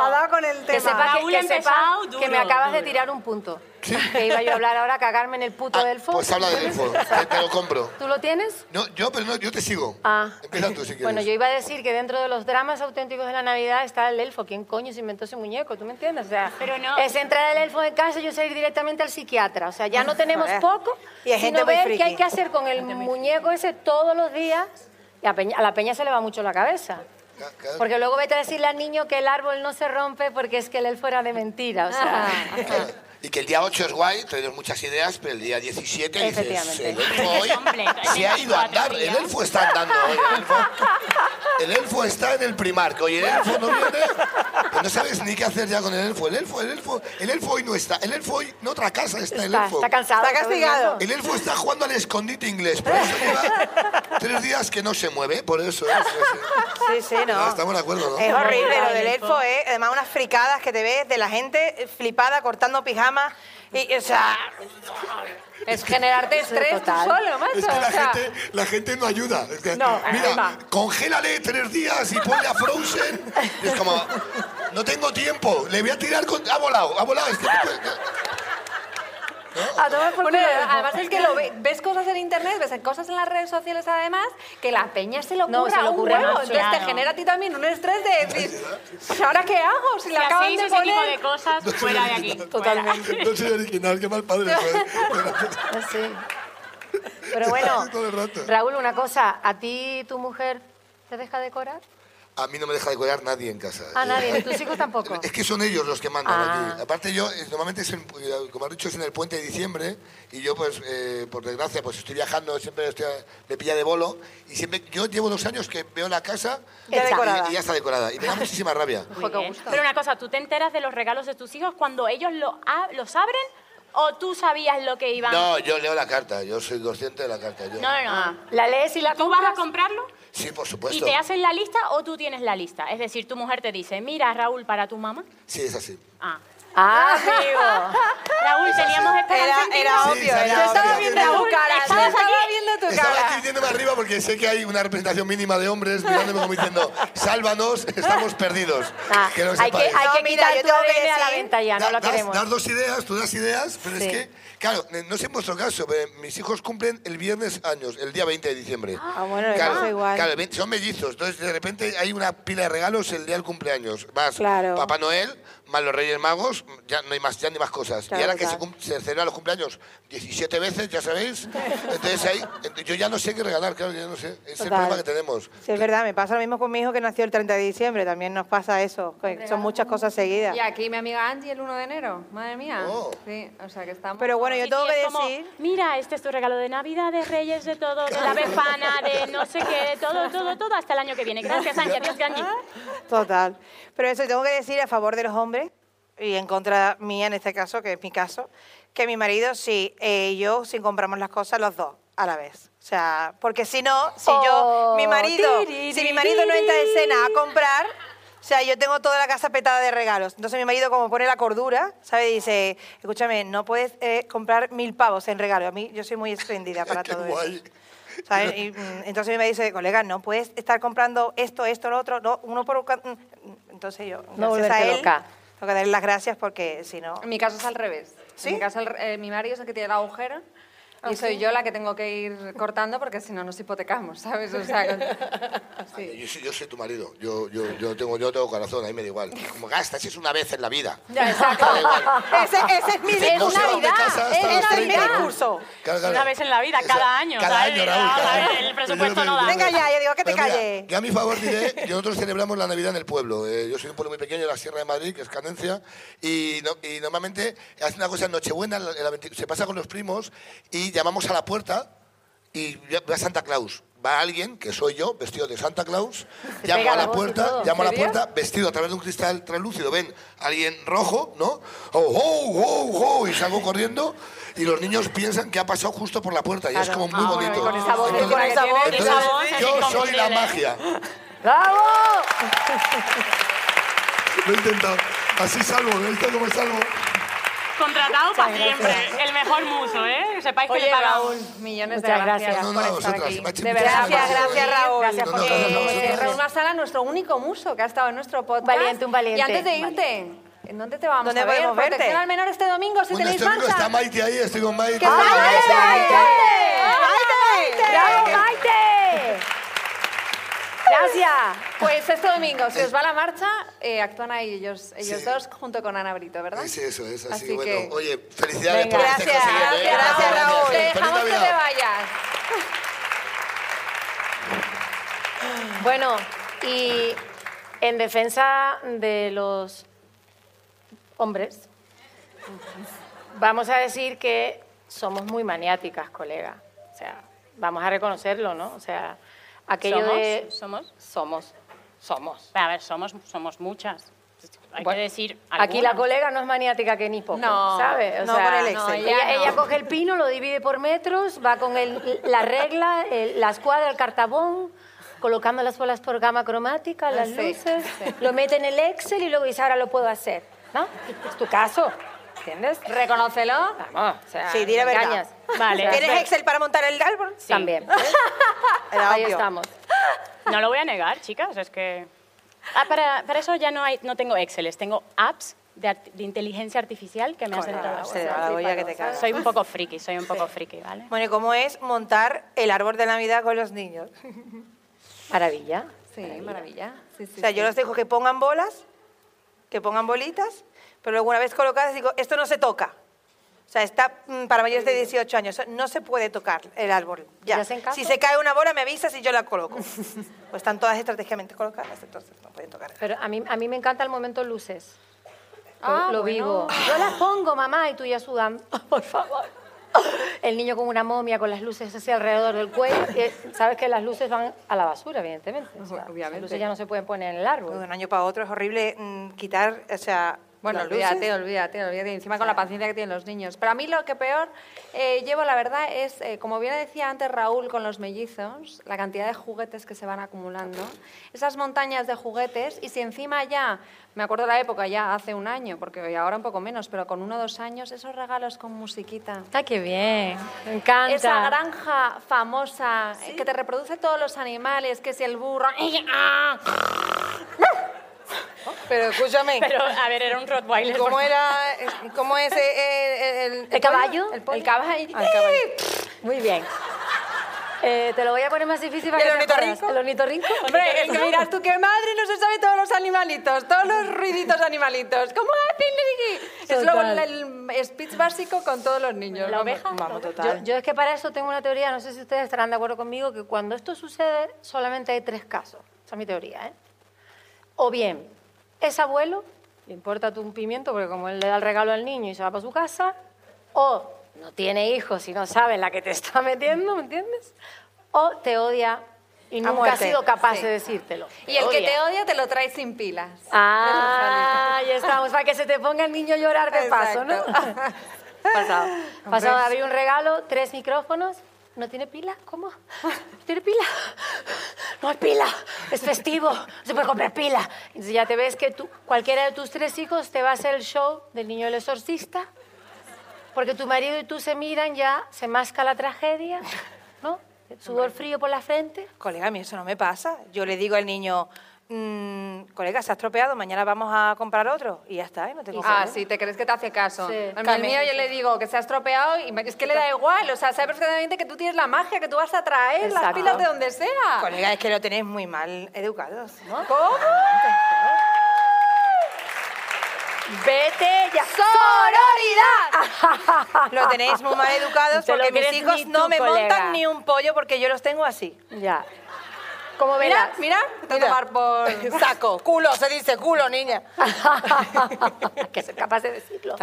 E: Ha dado con el
B: Que sepa
E: tema.
B: que,
G: Raúl
B: que
G: ha
B: sepa
G: empezado
B: que
G: duro,
B: me acabas de
G: duro.
B: tirar un punto. Que iba yo a hablar ahora, cagarme en el puto
H: Ah,
B: elfo.
H: Pues habla del elfo, te, te lo compro.
B: ¿Tú lo tienes?
H: No, yo, pero no, yo te sigo.
B: Ah.
H: Empieza tú si quieres.
B: Bueno, yo iba a decir que dentro de los dramas auténticos de la Navidad está el elfo. ¿Quién coño se inventó ese muñeco? ¿Tú me entiendes? O sea,
G: Pero no.
B: es entrar el elfo en casa y yo salir directamente al psiquiatra. O sea, ya no tenemos
E: Joder.
B: poco,
E: Y hay gente
B: sino
E: muy
B: ver
E: friki.
B: qué hay que hacer con el muñeco ese todos los días. Y a, Peña- a la peña se le va mucho la cabeza.
H: Ca- ca-
B: Porque luego vete a decirle al niño que el árbol no se rompe porque es que el elfo era de mentira. O sea,
H: Claro. Y que el día 8 es guay, tenemos muchas ideas, pero el día 17 dices,
B: Efectivamente.
H: el elfo hoy
G: Hombre,
H: se ha ido a
G: 24
H: andar, el
G: días.
H: elfo está andando hoy. El elfo, el elfo está en el primarco y el elfo no viene. pues no sabes ni qué hacer ya con el elfo. El elfo, el elfo, el elfo hoy no está. El elfo hoy en otra casa está el
B: está,
H: elfo.
B: está cansado.
E: Está castigado.
H: El elfo está jugando al escondite inglés, por eso lleva tres días que no se mueve, por eso. es- es-
E: Sí, sí,
H: Ah,
E: no.
H: Estamos de acuerdo, ¿no?
E: Es horrible lo del elfo, ¿eh? Además, unas fricadas que te ves de la gente flipada cortando pijamas. Y, o sea,
C: Es generarte estrés tú
B: total.
C: solo, macho.
H: Es que la,
C: o sea,
H: gente, la gente no ayuda. Es que,
C: No, ahí
H: mira,
C: va.
H: congélale tres días y ponle a Frozen. Y es como, no tengo tiempo, le voy a tirar con... Ha volado, ha volado. es que-
B: A tomar por
C: Bueno,
B: culo el elfo.
C: además es que lo ve- ves cosas en internet, ves en cosas en las redes sociales además, que la peña se lo ocurra
B: No, se le
C: un
B: ocurre
C: huevo.
B: mucho.
C: Entonces te
G: Claro.
C: genera a ti también un estrés de decir, ¿ahora qué hago? Si
G: Si
C: la acaban
G: así
C: de
G: hizo ese tipo
C: poner...
G: de cosas, fuera de aquí.
B: Totalmente.
H: No soy original, qué mal padre. soy.
B: Sí. Pero bueno,
H: Todo el rato.
B: Raúl, una cosa, ¿a ti tu mujer te deja decorar?
H: A mí no me deja de cuidar nadie en casa.
B: A
H: Eh,
B: nadie, ni tus hijos tampoco.
H: Es que son ellos los que mandan
B: Ah.
H: aquí. Aparte yo, eh, normalmente, es en- eh, como has dicho, es en el puente de diciembre y yo, pues, eh, por desgracia, pues estoy viajando, siempre estoy, a- me pilla de bolo y siempre, yo llevo dos años que veo la casa
E: Ya
H: y-
E: decorada.
H: y ya está decorada y me da muchísima rabia.
G: Muy bien. Pero una cosa, ¿tú te enteras de los regalos de tus hijos cuando ellos lo a- los abren o tú sabías lo que iban?
H: No, yo leo la carta, yo soy consciente de la carta. Yo.
G: no, no. no.
B: ¿La lees y la
G: ¿Tú
B: compras?
G: vas a comprarlo?
H: Sí, por supuesto.
G: ¿Y te hacen la lista o tú tienes la lista? Es decir, tu mujer te dice, mira, Raúl, para tu mamá.
H: Sí, es así.
G: Ah,
B: Ah, amigo.
G: Raúl, teníamos esperanza en ti,
E: Era,
G: Raúl.
E: obvio, era obvio.
G: Raúl, estabas aquí.
E: viendo
H: Estaba escribiéndome arriba porque sé que hay una representación mínima de hombres mirándome como diciendo, sálvanos, estamos perdidos.
B: Ah,
H: que lo
B: hay que,
H: sepáis.
B: hay
E: No,
B: que
E: mira,
B: quitar
E: yo
B: tu
E: tengo que
B: ADN a la
E: decir-
B: venta ya, no
H: Da-
B: lo
H: das,
B: queremos.
H: das dos ideas, tú das ideas, pero
B: Sí.
H: es que, claro, eh, no sé en vuestro caso, pero eh, mis hijos cumplen el viernes años, el día 20 de diciembre.
E: Ah, bueno,
H: claro,
E: pasa igual.
H: claro, el 20 son mellizos, entonces de repente hay una pila de regalos el día del cumpleaños. Más
E: Claro.
H: Papá Noel, más los Reyes Magos, ya no hay más, ya ni más cosas.
E: Claro,
H: y ahora que
E: claro.
H: se, cum- se celebran los cumpleaños 17 veces, ya sabéis, entonces ahí, ent- yo ya no sé qué regalar, claro, ya no sé. Es
E: Total.
H: el problema que tenemos.
E: Sí, es verdad, me pasa lo mismo con mi hijo que nació el 30 de diciembre, también nos pasa eso, que son muchas cosas seguidas.
C: Y aquí mi amiga Angie el 1 de enero. Madre mía.
H: Oh.
C: Sí, o sea que estamos.
E: Pero bueno, yo
G: Y
E: tengo
G: es
E: que
G: como,
E: decir...
G: Mira, este es tu regalo de Navidad, de Reyes, de todo, de la befana, de no sé qué, de todo, todo, todo, hasta el año que viene. Gracias, Angie. Adiós, Angie.
E: Total. Pero eso tengo que decir a favor de los hombres y en contra mía en este caso, que es mi caso, que mi marido sí, eh, y yo sí compramos las cosas los dos a la vez. O sea, porque si no, si yo,
B: Oh,
E: mi marido,
B: tiriri,
E: si mi marido no entra a escena a comprar, o sea, yo tengo toda la casa petada de regalos. Entonces mi marido como pone la cordura, ¿sabe? Dice, escúchame, no puedes eh, comprar mil pavos en regalo. A mí yo soy muy espléndida para
H: Qué
E: todo eso.
H: guay.
E: ¿sabes? Y, mm, entonces me dice, colega, no puedes estar comprando esto, esto, lo otro, no, uno por ca- mm, mm". Entonces yo,
B: No
E: gracias a
B: volverte
E: él,
B: loca.
E: tengo que darle las gracias porque si no...
C: En mi caso es al revés.
E: ¿Sí? ¿Ah,
C: En mi caso, al re- eh, mi marido es el que tiene la agujera y soy yo la que tengo que ir cortando porque si no nos hipotecamos, ¿sabes? O sea, con- sí.
H: Yo, soy- yo soy tu marido, yo, yo, yo, tengo, yo tengo corazón, ahí me da igual. Como gastas, es una vez en la vida.
C: Ya, exacto.
H: Me da igual.
E: Ese, ese es mi
H: Dice,
E: discurso.
H: no se van de casa hasta los
E: ese es mi
H: 30, ¿no?
E: discurso.
H: Claro, claro.
G: Una vez en la vida, cada año,
H: Cada
G: ¿sabes?
H: año, Raúl. cada
G: Ah,
H: año.
G: el presupuesto
H: Yo lo
G: no
H: veo,
G: da.
H: yo lo veo.
E: Venga ya, yo digo que te
H: Pero mira,
E: calles.
H: Yo a mi favor diré que nosotros celebramos la Navidad en el pueblo. Eh, yo soy de un pueblo muy pequeño de la Sierra de Madrid, que es Cadencia, y, no- y normalmente hace una cosa en Nochebuena, en la- en la 20 se pasa con los primos y llamamos a la puerta y va Santa Claus. Va alguien, que soy yo, vestido de Santa Claus, llamo
B: pega
H: a
B: la
H: la
B: voz y
H: puerta,
B: todo.
H: llamo a la
C: ¿En serio?
H: puerta, vestido a través de un cristal translúcido. Ven, alguien rojo, ¿no? ¡Oh, oh, oh, oh! Y salgo corriendo y los niños piensan que ha pasado justo por la puerta y es como muy
C: Ah, bueno,
H: bonito.
C: y con esa voz,
H: Entonces-
C: con esa voz,
H: entonces,
G: esa voz es
H: yo soy la
G: inconfundible.
H: magia.
B: ¡Bravo!
H: Lo he intentado. Así salvo, ¿lo he visto cómo salvo?
G: Contratado para siempre. El mejor muso, ¿eh? Sepáis que
C: Oye,
G: le pagamos.
C: Raúl, millones de
B: Muchas
C: gracias,
B: gracias.
H: No, no, a
C: por estar
H: vosotras,
C: aquí.
H: me ha hecho
C: De
H: mucha
C: verdad,
E: Gracias, gracias, Raúl.
B: Gracias por
H: No, no,
B: venir.
H: no, no, no,
C: Eh, Raúl Marsala, nuestro único muso que ha estado en nuestro podcast.
B: Valiente, un valiente.
C: Y antes de irte,
B: Valiente.
C: ¿en dónde te vamos
E: ¿Dónde
C: a ver?
E: podemos verte?
C: Protección al menor este domingo, si
H: Bueno,
C: tenéis
H: este amigo
C: mancha.
H: está Maite ahí, estoy con Maite.
E: ¡Ay,
C: ¡Maite!
E: Maite!
C: ¡Maite!
E: ¡Maite!
B: ¡Bravo, Maite! Gracias.
C: Pues este domingo, si os va la marcha, eh, actúan ahí ellos, ellos
H: Sí.
C: dos junto con Ana Brito, ¿verdad?
H: Es eso, es así.
C: Así
H: bueno,
C: que-
H: oye, felicidades
B: Venga.
H: por este
E: Gracias,
H: conseguido, ¿eh?
E: gracias, Raúl.
C: Te
H: Feliz
C: dejamos que te
H: Navidad.
C: vayas.
B: Bueno, y en defensa de los hombres, vamos a decir que somos muy maniáticas, colega. O sea, vamos a reconocerlo, ¿no? O sea, aquello de...
G: ¿Somos? ¿Somos?
B: Somos. Somos.
G: A ver, somos, somos muchas. Hay
B: Bueno,
G: que decir
B: Aquí la
G: algunas.
B: colega no es maniática que ni poco,
C: No,
B: ¿sabes?
E: no con el Excel.
B: ella,
C: No, ella no.
B: ella coge el pino, lo divide por metros, va con el- la regla, el- la escuadra, el cartabón, colocando las bolas por gama cromática, las
C: Sí,
B: luces,
C: sí.
B: lo mete en el Excel y luego dice, ahora lo puedo hacer, ¿no? Es tu caso, ¿entiendes?
C: Reconócelo.
B: Vamos, o sea,
E: Sí, di la
B: no
E: verdad.
B: engañas.
G: Vale.
B: O sea,
E: ¿Tienes Excel para montar el árbol?
B: También.
E: Era
B: Ahí
E: obvio. Ah,
B: estamos.
G: No lo voy a negar, chicas, es que... Ah, para, para eso ya no, hay, no tengo Excel, tengo apps de, art- de inteligencia artificial que me hacen
E: Ah,
G: trabajo.
E: se da la olla que te cagas.
G: Soy un poco friki, soy un poco friki, ¿vale?
E: Bueno, ¿y cómo es montar el árbol de Navidad con los niños?
B: Maravilla.
C: Sí, maravilla. Sí, sí,
E: O sea,
C: sí.
E: yo los dejo que pongan bolas, que pongan bolitas, pero luego una vez colocadas digo, esto no se toca. O sea, está mm, para mayores de 18 años, no se puede tocar el árbol. Ya.
B: ¿Ya hacen caso?
E: Si se cae una bola, me avisas y yo la coloco. pues están todas estratégicamente colocadas, entonces no pueden tocar.
B: Pero a mí, a mí me encanta el momento luces. Lo,
C: Ah,
B: lo vivo. Yo las pongo, mamá, y tú ya sudando. Por favor. El niño con una momia, con las luces así alrededor del cuello. Eh, Sabes que las luces van a la basura, evidentemente. O sea,
C: Obviamente.
B: Las luces ya no se pueden poner en el árbol.
E: De un año para otro es horrible mm, quitar, o sea,
C: Bueno,
E: Las
C: olvídate,
E: luces.
C: olvídate, olvídate. Encima con la paciencia que tienen los niños. Pero a mí lo que peor eh, llevo, la verdad, es, eh, como bien decía antes Raúl con los mellizos, la cantidad de juguetes que se van acumulando. Esas montañas de juguetes, y si encima ya, me acuerdo la época ya hace un año, porque ahora un poco menos, pero con uno o dos años, esos regalos con musiquita.
B: Está Ah, qué bien. Me encanta.
C: Esa granja famosa eh, que te reproduce todos los animales, que si el burro...
E: Pero escúchame.
G: Pero, a ver, era un Rottweiler. por
E: ¿Cómo
G: favor.
E: era? eh, ¿Cómo es eh, eh, el, el,
B: ¿El caballo?
E: El, poli?
B: El caballo.
E: Ah, el caballo.
B: Muy bien. Eh, te lo voy a poner más difícil para
E: ¿Y el
B: que te acuerdes.
E: ornitorrinco?
B: ¿El ornitorrinco?
C: Hombre, es que miras tú que madre no se sabe todos los animalitos, todos los ruiditos animalitos. ¿Cómo hacen? Ricky? Es luego
B: Total.
C: el el speech básico con todos los niños.
B: ¿La
C: Vamos,
B: oveja?
C: Vamos,
B: Yo-
C: total.
B: Yo, es que para eso tengo una teoría, no sé si ustedes estarán de acuerdo conmigo, que cuando esto sucede solamente hay tres casos. Esa es mi teoría, ¿eh? O bien, es abuelo, le importa tú un pimiento porque como él le da el regalo al niño y se va para su casa, o no tiene hijos y no sabe en la que te está metiendo, ¿me entiendes? O te odia y nunca
C: muerte,
B: ha sido capaz
C: sí.
B: de decírtelo.
C: Y el que te odia te lo trae sin pilas.
B: Ah, ya estamos, para que se te ponga el niño a llorar de paso, ¿no?
C: Exacto.
B: Pasado. Pasado, abrí un regalo, tres micrófonos. ¿No tiene pila? ¿Cómo? ¿No ¿Tiene pila? No hay pila, es festivo, no se puede comprar pila. Entonces ya te ves que tú, cualquiera de tus tres hijos te va a hacer el show del niño del exorcista, porque tu marido y tú se miran ya, se masca la tragedia, ¿no? Sudor frío por la frente.
E: Colega, a mí eso no me pasa. Yo le digo al niño, "Mm, colega, se ha estropeado, mañana vamos a comprar otro. Y ya está, ¿eh? no tengo
C: Ah,
E: problema.
C: sí, te crees que te hace caso.
B: Sí.
C: Al
E: Came.
C: mío yo le digo que se ha estropeado y me- es que le da igual. O sea, sabe perfectamente que tú tienes la magia, que tú vas a traer las
B: Exacto.
C: pilas de donde sea.
E: Colega, es que lo tenéis muy mal educados, ¿no?
C: ¿Cómo?
B: ¡Vete ya!
E: ¡Sororidad! Lo tenéis muy mal educados
B: Te lo
E: porque mis
B: crees
E: hijos
B: ni tú,
E: no me
B: colega.
E: montan ni un pollo porque yo los tengo así.
B: Ya. Como
E: Mira,
B: verás.
E: mira, te voy a tomar por saco. Culo, se dice culo, niña.
B: que soy capaz de decirlo.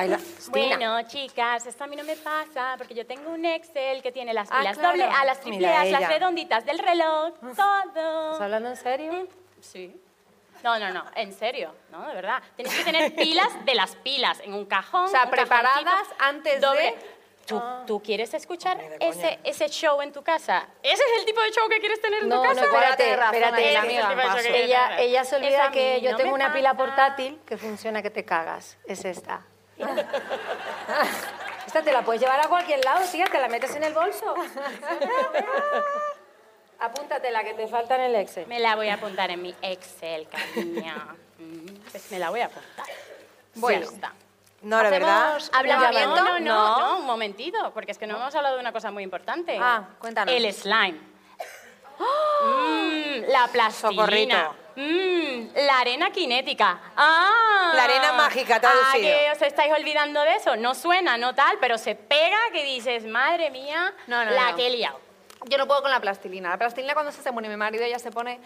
G: Bueno, chicas, esto a mí no me pasa porque yo tengo un Excel que tiene las
C: Ah,
G: pilas
C: claro.
G: doble A, las triple
E: Mira
G: A, las
E: ella.
G: redonditas del reloj, todo.
B: ¿Estás hablando en serio?
G: Sí. No, no, no, en serio, no, de verdad. Tenéis que tener pilas de las pilas en un cajón.
C: O sea,
G: un cajoncito
C: preparadas antes de-
G: ¿Tú,
B: Ah.
G: tú quieres escuchar ese, ese show en tu casa? ¿Ese es el tipo de show que quieres tener en
B: No,
G: tu
B: no,
G: casa?
B: espérate,
C: Tienes razón,
B: espérate.
C: ahí,
B: Ella,
C: amiga,
G: Ese tipo de show que quieres
B: ella,
G: tener.
B: se
G: Esa
B: olvida
G: a
B: que
G: mí
B: yo
G: no
B: tengo
G: me
B: una pila
G: pasa.
B: portátil que funciona que te cagas. Es esta. esta te la puedes llevar a cualquier lado, tía, te la metes en el bolso. Apúntate la que te falta en el Excel.
G: Me la voy a apuntar en mi Excel, cariño. Mm, Pues me la voy a apuntar.
E: Bueno.
G: Ya está.
E: No, la verdad.
C: Hacemos-
G: Hablamos bien.
C: ¿Llamamiento?
G: No, no, no, no, un momentito, porque es que no, hemos hablado de una cosa muy importante.
C: Ah, cuéntanos.
G: El slime. Mm, la plastilina.
E: Socorrito.
G: Mm, la arena cinética. Ah,
E: La arena mágica,
G: Ah,
E: traducido.
G: que os estáis olvidando de eso. No suena, no tal, pero se pega que dices, madre mía,
C: No, no,
G: la
C: no.
G: que he liado.
C: Yo no puedo con la plastilina. La plastilina cuando se, se muere mi marido ya se pone...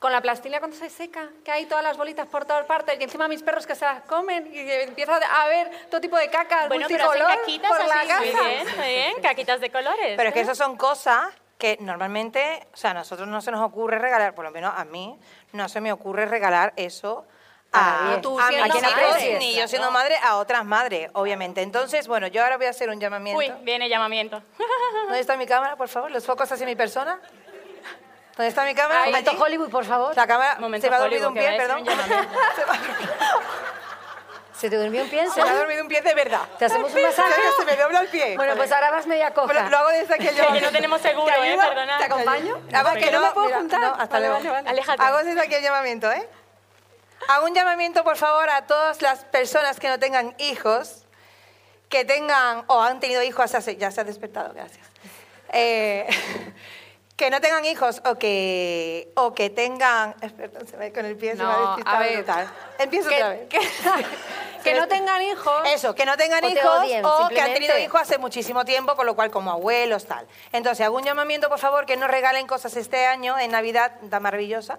C: Con la plastilina cuando se seca, que hay todas las bolitas por todas partes y encima mis perros que se las comen y empieza a ver todo tipo de cacas
G: Bueno, pero hacen
C: multicolor
G: caquitas
C: por la
G: así. Muy
C: casa.
G: bien, muy bien, caquitas de colores.
E: Pero es que
G: ¿eh?
E: esas son cosas que normalmente, o sea, a nosotros no se nos ocurre regalar, por lo menos a mí, no se me ocurre regalar eso a,
C: Tú
E: a
C: siendo
E: mis hijos,
C: madre.
E: ni yo siendo madre, a otras madres, obviamente. Entonces, bueno, yo ahora voy a hacer un llamamiento.
G: Uy, viene llamamiento.
E: ¿Dónde está mi cámara, por favor? Los focos hacia mi persona. ¿Dónde está mi cámara?
B: Ahí. Momento
E: Allí.
B: Hollywood, por favor.
E: La cámara
G: Momento
E: se me ha dormido un
G: Hollywood,
E: pie,
G: que va a
E: perdón.
G: decir un
E: se, me ha,
B: Se te durmió un pie,
E: se me ha dormido un pie de verdad.
B: ¿Te hacemos un
E: ¿En serio?
B: masaje?
E: Se me dobla el pie.
B: Bueno, pues ahora vas media coja.
E: Pero lo hago desde aquí el llamamiento.
G: no tenemos seguro,
E: ¿Te
G: ¿eh?
E: ayudo?
G: Perdona.
E: ¿Te acompaño?
G: Te ayudo.
E: Ah, va, que
G: Que no
E: no
G: me puedo
E: mira,
G: juntar.
E: no, hasta
G: Vale,
E: luego.
G: vale, vale. Aléjate.
E: Hago desde aquí el llamamiento, ¿eh? Hago un llamamiento, por favor, a todas las personas que no tengan hijos, que tengan o han tenido hijos hace... Ya se ha despertado, gracias. Eh, que no tengan hijos o que, o que tengan... eh, Perdón, se me ha ido con el pie, se me
C: No,
E: ha
C: a
E: despistado
C: ver.
E: brutal. Empiezo otra vez.
C: que, que- que no tengan hijos.
E: Eso, que no tengan
B: O te
E: hijos
B: odien,
E: o que han tenido
B: simplemente.
E: hijos hace muchísimo tiempo, con lo cual como abuelos, tal. Entonces, hago un llamamiento, por favor, que no regalen cosas este año, en Navidad tan maravillosa,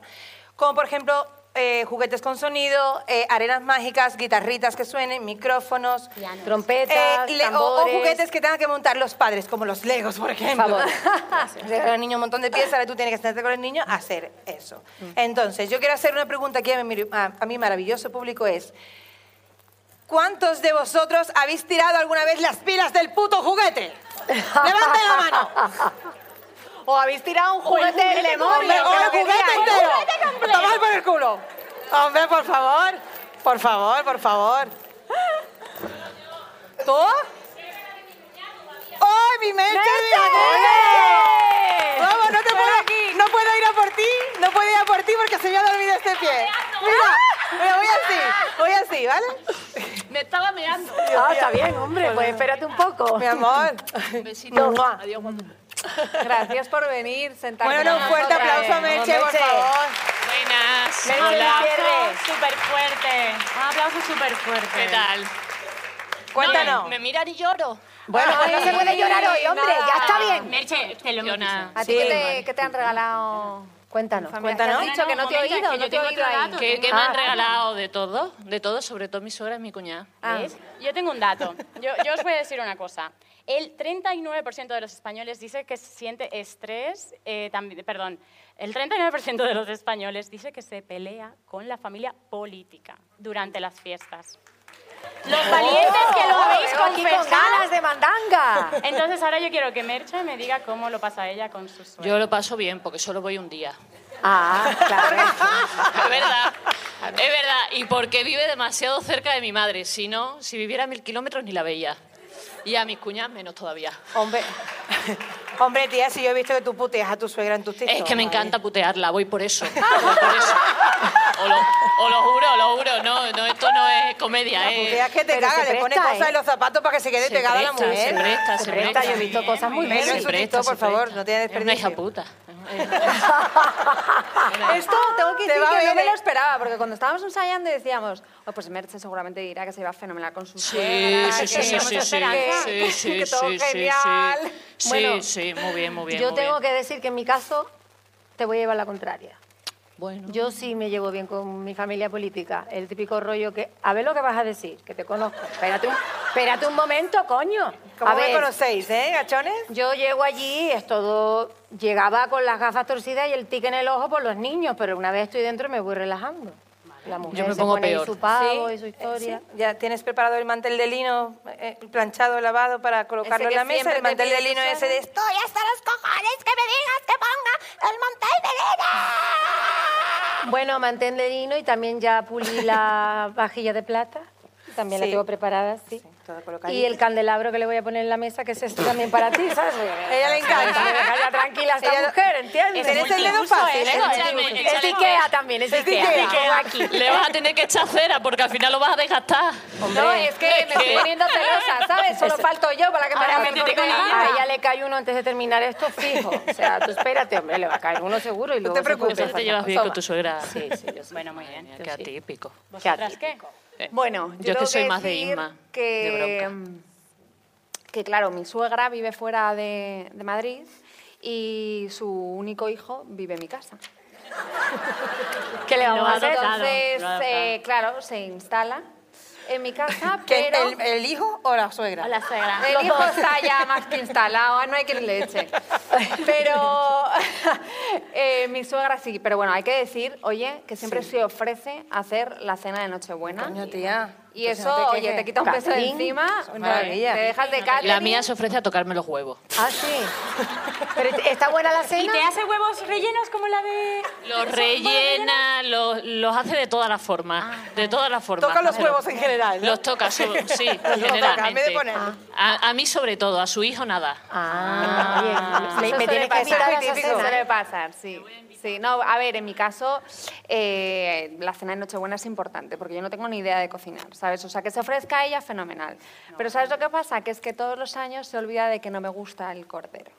E: como por ejemplo eh, juguetes con sonido, eh, arenas mágicas, guitarritas que suenen, micrófonos.
G: Pianos.
B: Trompetas,
E: eh, le- o- o,
B: tambores.
E: juguetes que tengan que montar los padres, como los legos, por ejemplo.
B: Por
E: Regala al niño un montón de piezas, ahora tú tienes que sentarte con el niño a hacer eso. Entonces, yo quiero hacer una pregunta aquí a mi, a- a mi maravilloso público es, ¿Cuántos de vosotros habéis tirado alguna vez las pilas del puto juguete? ¡Levante la mano!
B: O habéis tirado un
E: juguete
B: juguete de
E: entero, hombre,
B: memoria.
E: o el juguete entero. Tomad por el culo. Hombre, por favor. Por favor, por favor. ¿Tú? ¡Ay, mi mente! ¡Mi mente! Vamos, no te puedo, no puedo ir a por ti, no puedo ir a por ti porque se me ha dormido este pie. Mira, mira, voy así, voy así, ¿vale?
F: Me estaba meando.
E: Ah,
C: está bien, hombre, pues espérate un poco.
E: Mi amor.
F: Un besito.
E: Mua.
F: Adiós, Juan.
B: Gracias por venir, sentarnos.
E: Bueno, un fuerte aplauso a Merche, por favor.
F: Buenas.
E: Merche
G: aplauso
E: Gutiérrez.
G: súper fuerte. Un aplauso súper fuerte.
F: ¿Qué tal?
E: Cuéntanos.
F: No, me, me miran y lloro. Ah,
E: Bueno, pues no se puede llorar hoy, hombre, ya está bien.
G: Merche, te lo
F: Llona.
B: ¿A ti qué te, qué te han regalado?
C: Cuéntanos.
B: Cuéntanos. Has dicho que no te
F: Momento,
B: he
F: es
B: oído,
F: que
B: no
F: yo
B: te he
F: tengo
B: oído
F: otro
B: ahí.
F: dato. Que, que me
B: Ah.
F: han regalado de todo, de todo, sobre todo mi suegra y mi cuñada.
B: Ah.
G: ¿Ves? Yo tengo un dato. Yo, yo os voy a decir una cosa. El 39% de los españoles dice que siente estrés, eh, tambi- perdón, el 39% de los españoles dice que se pelea con la familia política durante las fiestas. Los valientes que lo habéis
B: Oh, Aquí con ganas
G: confesado.
B: de mandanga.
G: Entonces ahora yo quiero que Merche me diga cómo lo pasa ella con su suegra.
F: Yo lo paso bien porque solo voy un día.
B: Ah,
F: Es verdad, es verdad. Y porque vive demasiado cerca de mi madre. Si no, si viviera a mil kilómetros ni la veía. Y a mis cuñas menos todavía.
E: Hombre. Hombre, tía, si yo he visto que tú puteas a tu suegra en tus TikTok.
F: Es que me encanta putearla, voy por eso. Voy por eso. O, lo, o lo juro, lo juro. No, no, esto no es comedia.
E: La
F: eh.
E: puteas que te caga, le pone cosas en los zapatos para que se quede
F: Se
E: pegada la
F: presta,
E: mujer.
F: se presta, se presta.
E: ¿eh? Yo he visto cosas muy
F: Bien,
E: buenas.
F: bien.
E: en su
F: Se presta,
E: TikTok, por
F: se presta.
E: favor, no tiene
F: Es una
E: desperdicio.
F: hija puta.
E: Ah,
B: Esto tengo que
E: Te
B: decir
E: va
B: que
E: bien,
B: no me
E: ¿eh?
B: lo esperaba, porque cuando estábamos ensayando decíamos, oh, pues Merche seguramente dirá que se va fenomenal con su
F: Sí,
B: suegra,
F: sí,
B: que
F: sí, sí,
B: tenemos
F: sí, sí,
B: esperanza,
F: sí,
B: que-
F: sí,
B: que todo
F: sí, sí,
B: genial.
F: sí. Sí,
B: Bueno,
F: sí, muy bien, muy bien.
C: Yo
F: muy
C: tengo
F: bien.
C: que decir que en mi caso te voy a llevar la contraria.
F: Bueno.
C: Yo sí me llevo bien con mi familia política. El típico rollo que... A ver lo que vas a decir, que te conozco. Espérate un, espérate un momento, coño.
E: ¿Cómo
C: a
E: me
C: ver,
E: conocéis, eh, gachones?
C: Yo llego allí, es todo... Llegaba con las gafas torcidas y el tic en el ojo por los niños, pero una vez estoy dentro me voy relajando. La mujer
F: me
C: se
F: pongo
C: pone ahí
F: peor.
C: su pavo
E: Sí,
C: y su
E: eh,
C: historia.
E: sí. Ya tienes preparado el mantel de lino eh, planchado, lavado para colocarlo
B: Ese
E: en
B: que
E: la mesa.
B: siempre
E: El mantel
B: te
E: de
B: pide tu
E: lino ese de esto.
K: Estoy hasta los cojones que me digas que ponga el mantel de
C: Bueno, mantén de lino y también ya pulí la vajilla de plata. También la
E: Sí.
C: tengo preparada, sí.
E: Todo
C: Y
E: colocadito.
C: el candelabro que le voy a poner en la mesa, que es este también para ti, ¿sabes?
E: ella le encanta.
C: Me deja ya tranquila a esta
E: Ella-
C: mujer, ¿entiendes?
E: Tenés el dedo fácil, ¿eh?
F: Escúchame,
C: Es
F: échale-
C: Ikea también, es Ikea.
E: Ikea.
C: como aquí.
F: Le vas a tener que echar cera porque al final lo vas a desgastar.
B: No, es que me estoy poniendo celosa, ¿sabes? Solo falto yo para que Ah, me
C: Ahora
B: hagas
C: me
B: un
C: tiene que- A ella le cae uno antes de terminar esto fijo. O sea, tú espérate, hombre, le va a caer uno seguro y luego...
E: te
C: se puede
E: preocupes.
F: Eso te
C: pasar.
F: llevas bien con
C: Toma.
F: tu suegra.
C: Sí, sí, yo sé.
G: Bueno, muy bien.
F: Qué atípico. Eh,
G: ¿Vosotras qué?
B: Bueno,
F: Yo
B: yo,
F: que
B: tengo
F: soy más de
B: decir
F: Inma, de
B: Que, que claro, mi suegra vive fuera de, de Madrid y su único hijo vive en mi casa.
C: ¿Qué le vamos
G: Lo
C: a
G: ha
C: hacer?
G: tocado.
B: Entonces,
G: lo ha
B: eh, claro, se instala en mi casa,
E: ¿Que
B: pero
E: el, el hijo o la suegra?
G: Hola, suegra.
B: el hijo está ya más que instalado, ah, no hay quien le eche. Pero eh, mi suegra sí, pero bueno, hay que decir, oye, que siempre se ofrece hacer la cena de Nochebuena.
E: Coño, tía.
B: Y
E: que se
B: eso,
E: no te
B: oye,
E: quejes.
B: te quita un peso de
C: Catering.
B: encima,
E: Una maravilla.
B: te dejas de catering.
F: La mía se ofrece a tocarme los huevos.
C: Ah, sí. Pero está buena la
G: ¿Y
C: cena.
G: te hace huevos rellenos como la de...?
F: Los rellena, los, los hace de todas las formas. de todas las formas.
E: Toca los
F: Pero-
E: huevos en general, ¿no?
F: Los toca, so- sí,
E: toca, en vez de
F: generalmente. Ah.
E: ponerlos.
F: a, a mí sobre todo, a su hijo nada.
C: Ah, bien.
B: Eso
C: Me- me
B: suele
C: tienes que
B: pasar,
C: invitar a esa
B: eso
C: cena.
B: suele pasar, sí. Sí, no, a ver, en mi caso, eh, la cena de Nochebuena es importante, porque yo no tengo ni idea de cocinar, ¿sabes? O sea, que se ofrezca a ella, fenomenal. Pero ¿sabes lo que pasa? Que es que todos los años se olvida de que no me gusta el cordero.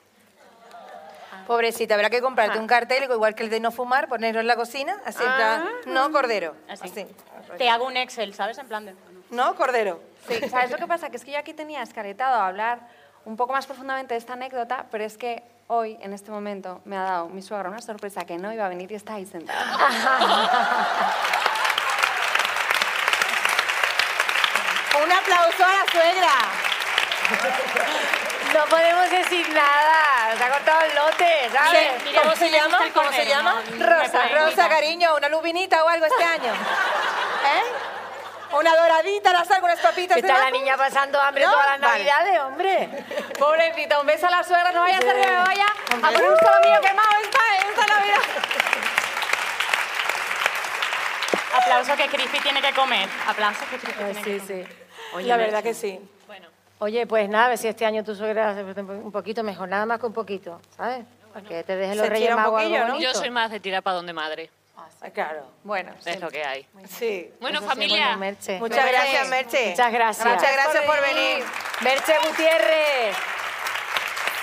E: Pobrecita, habrá que comprarte un cartel, igual que el de no fumar, ponerlo en la cocina, así en plan,
B: Ah.
E: no cordero.
G: Así.
E: Así.
G: Te hago un Excel, ¿sabes? En plan de...
E: No cordero.
B: Sí, ¿sabes lo que pasa? Que es que yo aquí tenía escaretado a hablar un poco más profundamente de esta anécdota, pero es que hoy, en este momento, me ha dado mi suegra una sorpresa que no iba a venir y está ahí sentada.
E: Un aplauso a la suegra.
C: No podemos decir nada. Se ha cortado el lote, ¿sabes?
E: Sí, ¿Cómo se llama? ¿Cómo se llama? Rosa, Rosa, cariño, una lubinita o algo este año. ¿Eh? una doradita al azar con unas papitas.
B: Está la
E: debajo.
B: niña pasando hambre todas las navidades, hombre.
C: Pobrecita, un beso a la suegra, no vaya a ser que me vaya a
B: Hombre.
C: por un solomillo quemado
E: ¿eh?
C: esta, esta Navidad.
G: Aplauso que Crispy tiene que comer. Aplauso que Crispy tiene que comer. Oye,
E: la
G: me-
E: verdad que sí.
B: Oye, pues nada, a ver si este año tu suegra hace un poquito mejor, nada más que un poquito, ¿sabes? Para que te dejen los reyes magos algo bonito.
F: Yo soy más de tirar para donde madre.
E: Claro.
C: Bueno,
F: Es lo que hay.
E: Sí.
F: Bueno,
B: Eso sí,
F: familia.
B: bueno, Merche.
E: Muchas gracias, Merche.
B: Muchas gracias.
E: Muchas gracias por venir.
B: Merche Gutiérrez.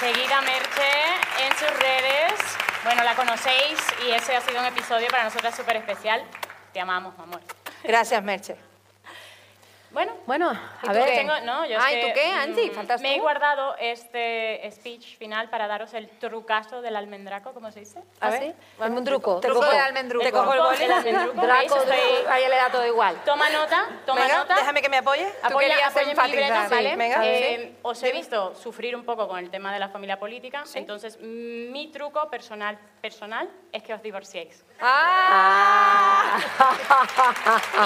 G: Seguid a Merche en sus redes. Bueno, la conocéis y ese ha sido un episodio para nosotras súper especial. Te amamos, mi amor.
E: Gracias, Merche.
G: Bueno,
B: bueno,
G: ¿Y
B: a
G: tú
B: ver.
G: qué? Tengo- no, yo es
C: Ah, ¿y
G: que,
C: tú qué, Angie?
G: mm,
C: ¿Faltas
G: Me he
C: tú?
G: guardado este speech final para daros el trucazo del almendraco, ¿cómo se dice?
B: ¿Ah, sí? Dame un truco.
G: Te cojo el almendruco. Te cojo el boli.
B: El almendruco.
G: ¿Veis?
B: Draco,
G: Estoy-
B: Draco, ahí le da todo igual.
G: Toma nota, toma
E: Venga,
G: nota.
E: déjame que me apoye. Tú
G: Apoya,
E: querías
G: apoya mi
E: enfatizar.
G: libreto,
E: Sí,
G: ¿vale?
E: venga.
G: Eh,
E: Sí.
G: Os he visto sufrir un poco con el tema de la familia política, entonces mm, mi truco personal, personal es que os divorciéis.
E: Ah.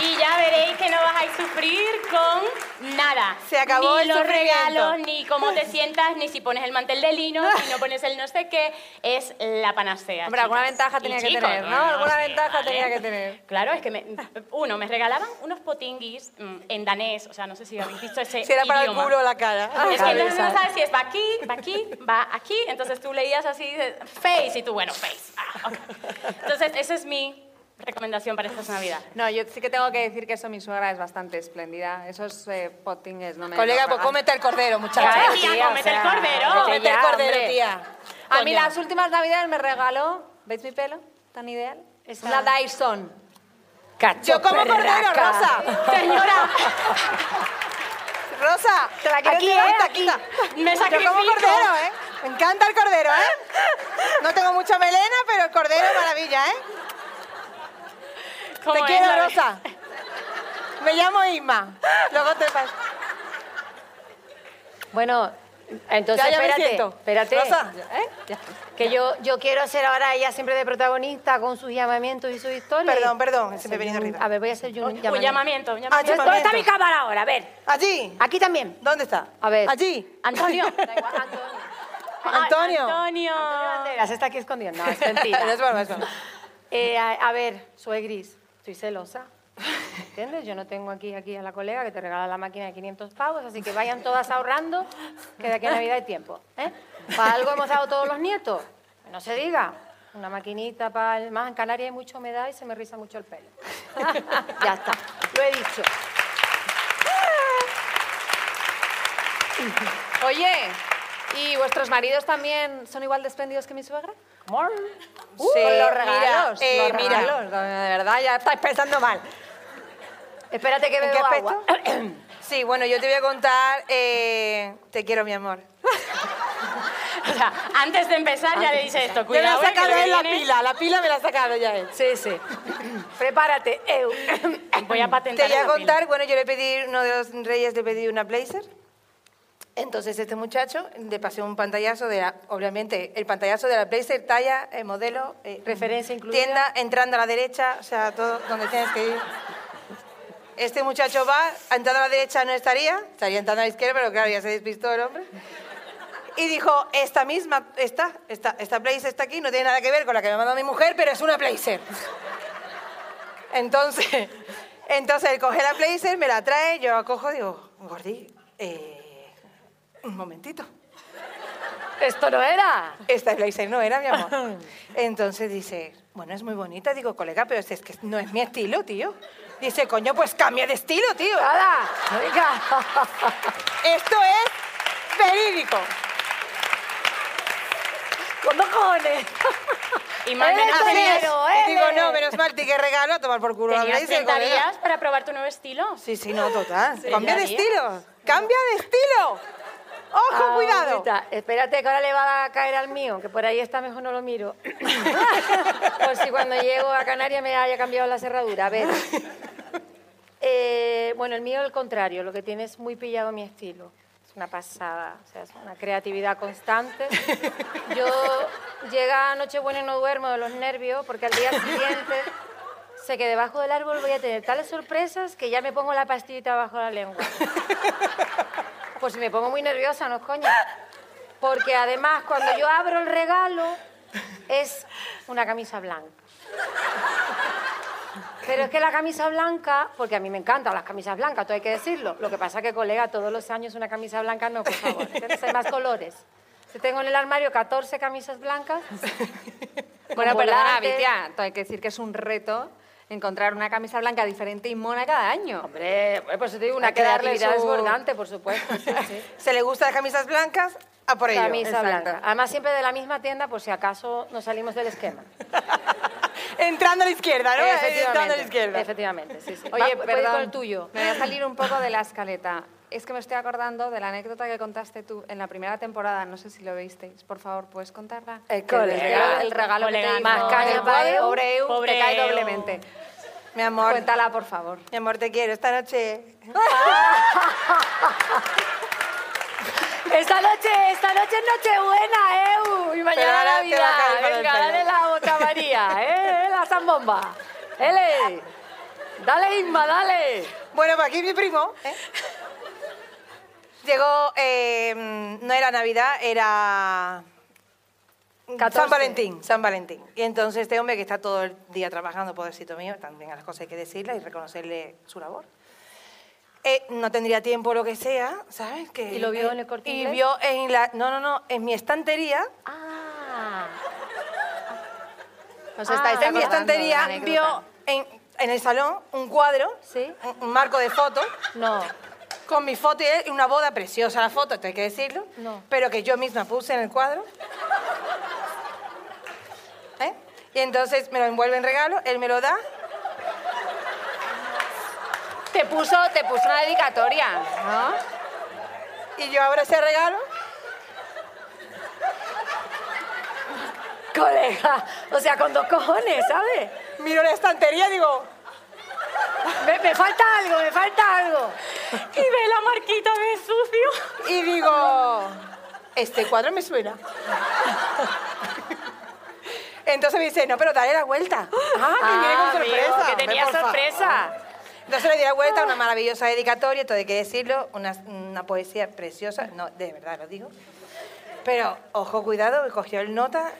G: Y ya veréis que no vas a sufrir con nada.
E: Se acabó
G: ni
E: el
G: los
E: sufrimiento.
G: regalos, ni cómo te sientas, ni si pones el mantel de lino, si no pones el no sé qué. Es la panacea.
C: Hombre, alguna
G: chicas.
C: ventaja
G: Y
C: tenía que
G: chicos,
C: tener, ¿no? Alguna ventaja tenía que tener.
G: Claro, es que me, uno, me regalaban unos potinguis mm, en danés, o sea, no sé si habéis visto ese
E: Si era para el
G: idioma.
E: culo o la cara.
G: Es que no, no sabes si es va aquí, va aquí, va aquí. Entonces tú leías así, dices, face, y tú, bueno, face. Ah, ok. Entonces, esa es mi recomendación para estas Navidades.
C: No, yo sí que tengo que decir que eso mi suegra es bastante espléndida. Esos eh, potingues no me...
E: Colega,
C: no,
E: pues
C: ah,
E: cómete el cordero, muchacha.
C: Claro,
E: Ay,
C: tía,
E: tía,
C: cómete el cordero.
E: Cómete el
C: Ya,
E: cordero,
C: hombre.
E: tía.
C: A mí
E: Coño.
C: las últimas navidades me regaló... ¿Veis mi pelo? ¿Tan ideal? Es
B: Está-
C: la Dyson.
E: Yo como cordero,
C: perraca.
E: Rosa. Señora. Rosa, te la quiero
C: Aquí,
E: tirar,
C: ¿eh?
E: quita,
C: Aquí.
E: quita.
G: Me
E: Yo como
G: sacrifico.
E: cordero, ¿eh? Me encanta el cordero, ¿eh? No tengo mucha melena, pero el cordero es maravilla, ¿eh? Te
G: ¿Cómo es
E: quiero,
G: la-
E: Rosa. Me llamo Isma. Luego te paso.
B: Bueno, entonces
E: Ya, ya me
B: espérate.
E: siento.
B: Espérate.
E: Rosa,
C: ¿eh? Ya.
B: Que yo, yo quiero hacer ahora ella siempre de protagonista con sus llamamientos y sus historias.
E: Perdón, perdón, se me
B: Hacer
E: venía
B: yo un-
E: arriba.
B: A ver, voy a hacer yo un
G: Un llamamiento, un llamamiento.
E: Ah,
B: ¿Dónde está mi
E: llamamiento.
B: cámara ahora? A ver.
E: Allí.
B: Aquí también.
E: ¿Dónde está?
B: A ver.
E: Allí.
G: Antonio.
E: Antonio.
G: Antonio.
B: Mira, se está aquí escondiendo. Ah. No, es mentira.
E: Es broma, es broma.
B: Eh, a, a ver, soy gris, estoy celosa. ¿Entiendes? Yo no tengo aquí, aquí a la colega que te regala la máquina de 500 pavos, así que vayan todas ahorrando, que de aquí a Navidad hay tiempo. ¿eh? Para algo hemos dado todos los nietos, que no se diga. Una maquinita para el más. En Canarias hay mucha humedad y se me riza mucho el pelo. ya está, lo he dicho.
C: Oye, ¿y vuestros maridos también son igual de espléndidos que mi suegra?
E: Uh,
C: con los
E: mira,
C: regalos,
E: eh,
C: los
E: mira.
C: regalos, de verdad, ya estáis pensando mal.
B: Espérate que
E: ¿En qué
B: bebo agua.
E: aspecto? Sí, bueno, yo te voy a contar. eh, te quiero, mi amor.
G: O sea, antes de empezar ya le dice esto,
E: Ya me
G: cuidado.
E: la
G: eh,
E: he
G: que
E: sacado
G: lo que
E: él la
G: viene-
E: pila, la pila me la ha sacado ya él.
B: Sí, sí. Prepárate. Eu.
G: Voy a
E: Te
G: patentar
E: voy a
G: esa pila.
E: contar, bueno, yo le pedí, uno de los reyes le pedí una blazer. Entonces este muchacho le pasé un pantallazo de la, obviamente, el pantallazo de la blazer, talla, eh, modelo, eh,
B: Referencia incluida.
E: Tienda, entrando a la derecha, o sea, todo donde tienes que ir. Este muchacho va, entrando a la derecha no estaría, estaría entrando a la izquierda, pero claro, ya se despistó el hombre. Y dijo, esta misma, esta, esta, esta blazer está aquí, no tiene nada que ver con la que me ha mandado mi mujer, pero es una blazer. Entonces, entonces él coge la blazer, me la trae, yo la cojo y digo, Gordi, eh, un momentito.
B: Esto no era.
E: Esta blazer no era, mi amor. Entonces dice, bueno, es muy bonita. Digo, colega, pero este es que no es mi estilo, tío. Dice, coño, pues cambia de estilo, tío.
B: Nada. Oiga.
E: Esto es verídico.
B: ¿Cómo cojones?
G: Y más o menos
B: Esto
G: tenías,
B: es.
E: Digo, no, menos mal, ti que regalo, a tomar por culo la
G: tenías
E: blazer,
G: 30
E: colega.
G: días para probar tu nuevo estilo.
E: Sí, sí, no, total.
G: Sí,
E: cambia
G: ya
E: de
G: vi.
E: estilo. Cambia de estilo. Ojo,
B: Ah,
E: cuidado.
B: ahorita. Espérate que ahora le va a caer al mío, que por ahí está mejor no lo miro. por si cuando llego a Canarias me haya cambiado la cerradura. A ver. Eh, bueno, el mío al contrario, lo que tiene es muy pillado mi estilo. Es una pasada, o sea, es una creatividad constante. Yo llega Nochebuena y no duermo de los nervios porque al día siguiente sé que debajo del árbol voy a tener tales sorpresas que ya me pongo la pastillita bajo la lengua. Pues si me pongo muy nerviosa, no es coña. Porque además, cuando yo abro el regalo, es una camisa blanca. Pero es que la camisa blanca, porque a mí me encantan las camisas blancas, todo hay que decirlo. Lo que pasa que, colega, todos los años una camisa blanca no, por favor. Entonces hay más colores. Yo tengo en el armario 14 camisas blancas.
C: Bueno, perdona,
B: volantes.
C: Vitia, hay que decir que es un reto encontrar una camisa blanca diferente y mona cada año.
B: Hombre, pues te digo, una
C: que darle
B: creatividad
C: su-
B: desbordante, por supuesto. sí, sí.
E: ¿Se le gustan las camisas blancas? A por ello.
B: Camisa
E: Exacto.
B: blanca. Además, siempre de la misma tienda, por si acaso nos salimos del esquema.
E: Entrando a la izquierda, ¿no? Entrando a la izquierda.
B: Efectivamente, sí, sí.
C: Oye,
B: Va, puede ir
C: perdón,
B: con el tuyo.
C: me voy a salir un poco de la escaleta. Es que me estoy acordando de la anécdota que contaste tú en la primera temporada, no sé si lo visteis. Por favor, ¿puedes contarla?
B: Eh, El
C: Que
B: colega.
C: regalo- el regalo que te
E: Colega,
C: hizo
E: más caña
C: el
E: para
C: padre,
E: Eu.
C: pobre Eu,
E: Pobre
C: te cae
E: Eu.
C: doblemente.
E: Mi amor.
C: Cuéntala, por favor.
B: Eh,
E: Mi amor, te quiero. Esta noche.
C: Ah.
B: Esta noche, esta noche es Nochebuena, ¿eh? Y mañana
E: Pero ahora te va
B: Navidad.
E: a caer con el
B: Venga,
E: pelo.
B: dale la bota María, ¿eh? La zambomba. ¡Ele! Dale, Inma, dale.
E: Bueno, pues aquí mi primo. ¿eh? Llegó, eh, mm, no era Navidad, era San
B: 14.
E: Valentín, San Valentín. Y entonces este hombre que está todo el día trabajando, pobrecito mío, también a las cosas hay que decirle y reconocerle su labor. Eh, no tendría tiempo lo que sea, ¿sabes? Que,
B: ¿Y lo vio
E: eh,
B: en el Corte
E: Y
B: Inglés?
E: vio en la... No, no, no, en mi estantería.
B: Ah.
C: Os estáis
E: en mi
C: acordando de la
E: estantería
C: anécdota.
E: vio en, en el salón un cuadro, un, un marco de fotos.
B: No.
E: Con mi foto y él, y una boda preciosa la foto, esto hay que decirlo.
B: No.
E: Pero que yo misma puse en el cuadro. ¿Eh? Y entonces me lo envuelve en regalo, él me lo da.
C: Te puso, te puso una dedicatoria, ¿no?
E: Y yo abro ese regalo.
B: Colega, o sea, con dos cojones, ¿sabes?
E: Miro la estantería y digo...
B: Me, me falta algo, me falta algo.
E: Y ve la marquita de sucio. Y digo... Este cuadro me suena. Entonces me dice, no, pero dale la vuelta. Ah, que viene con
B: Ah, amigo,
E: sorpresa.
B: que
E: Hombre,
B: tenía
E: por favor.
B: sorpresa.
E: Entonces le di la vuelta a una maravillosa dedicatoria, todo hay que decirlo, una, una poesía preciosa, no, de verdad lo digo. Pero, ojo, cuidado, que cogió el nota.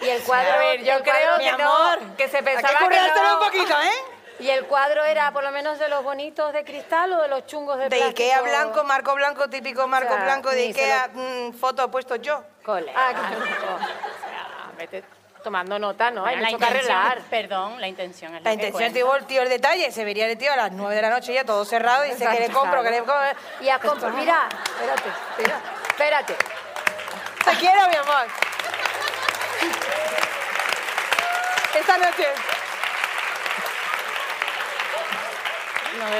B: Y el cuadro,
E: A ver, yo
B: el cuadro
E: creo, mi
B: que no-
E: amor,
B: que se
E: hay que
B: pensaba que
E: currárselo
B: no-
E: un poquito, ¿eh?
B: Y el cuadro era por lo menos de los bonitos de cristal o de los chungos de,
E: De
B: plástico.
E: Ikea blanco, marco blanco, típico marco
B: O sea,
E: blanco de
B: ni se
E: Ikea, mm, foto he puesto yo.
B: Cole.
E: Ah,
B: claro. O sea, vete tomando nota, ¿no? Hay
G: Bueno, la
B: mucho que
G: intención-
B: arreglar.
G: Perdón, la intención es lo
E: La
G: que
E: intención,
G: cuenta.
E: tío, el tío el detalle, se vería el tío a las 9 de la noche ya todo cerrado y dice que le compro, que le compro.
B: Y a comprar. Mira,
E: espérate, espérate.
B: espérate.
E: Te quiero, mi amor. Esta noche.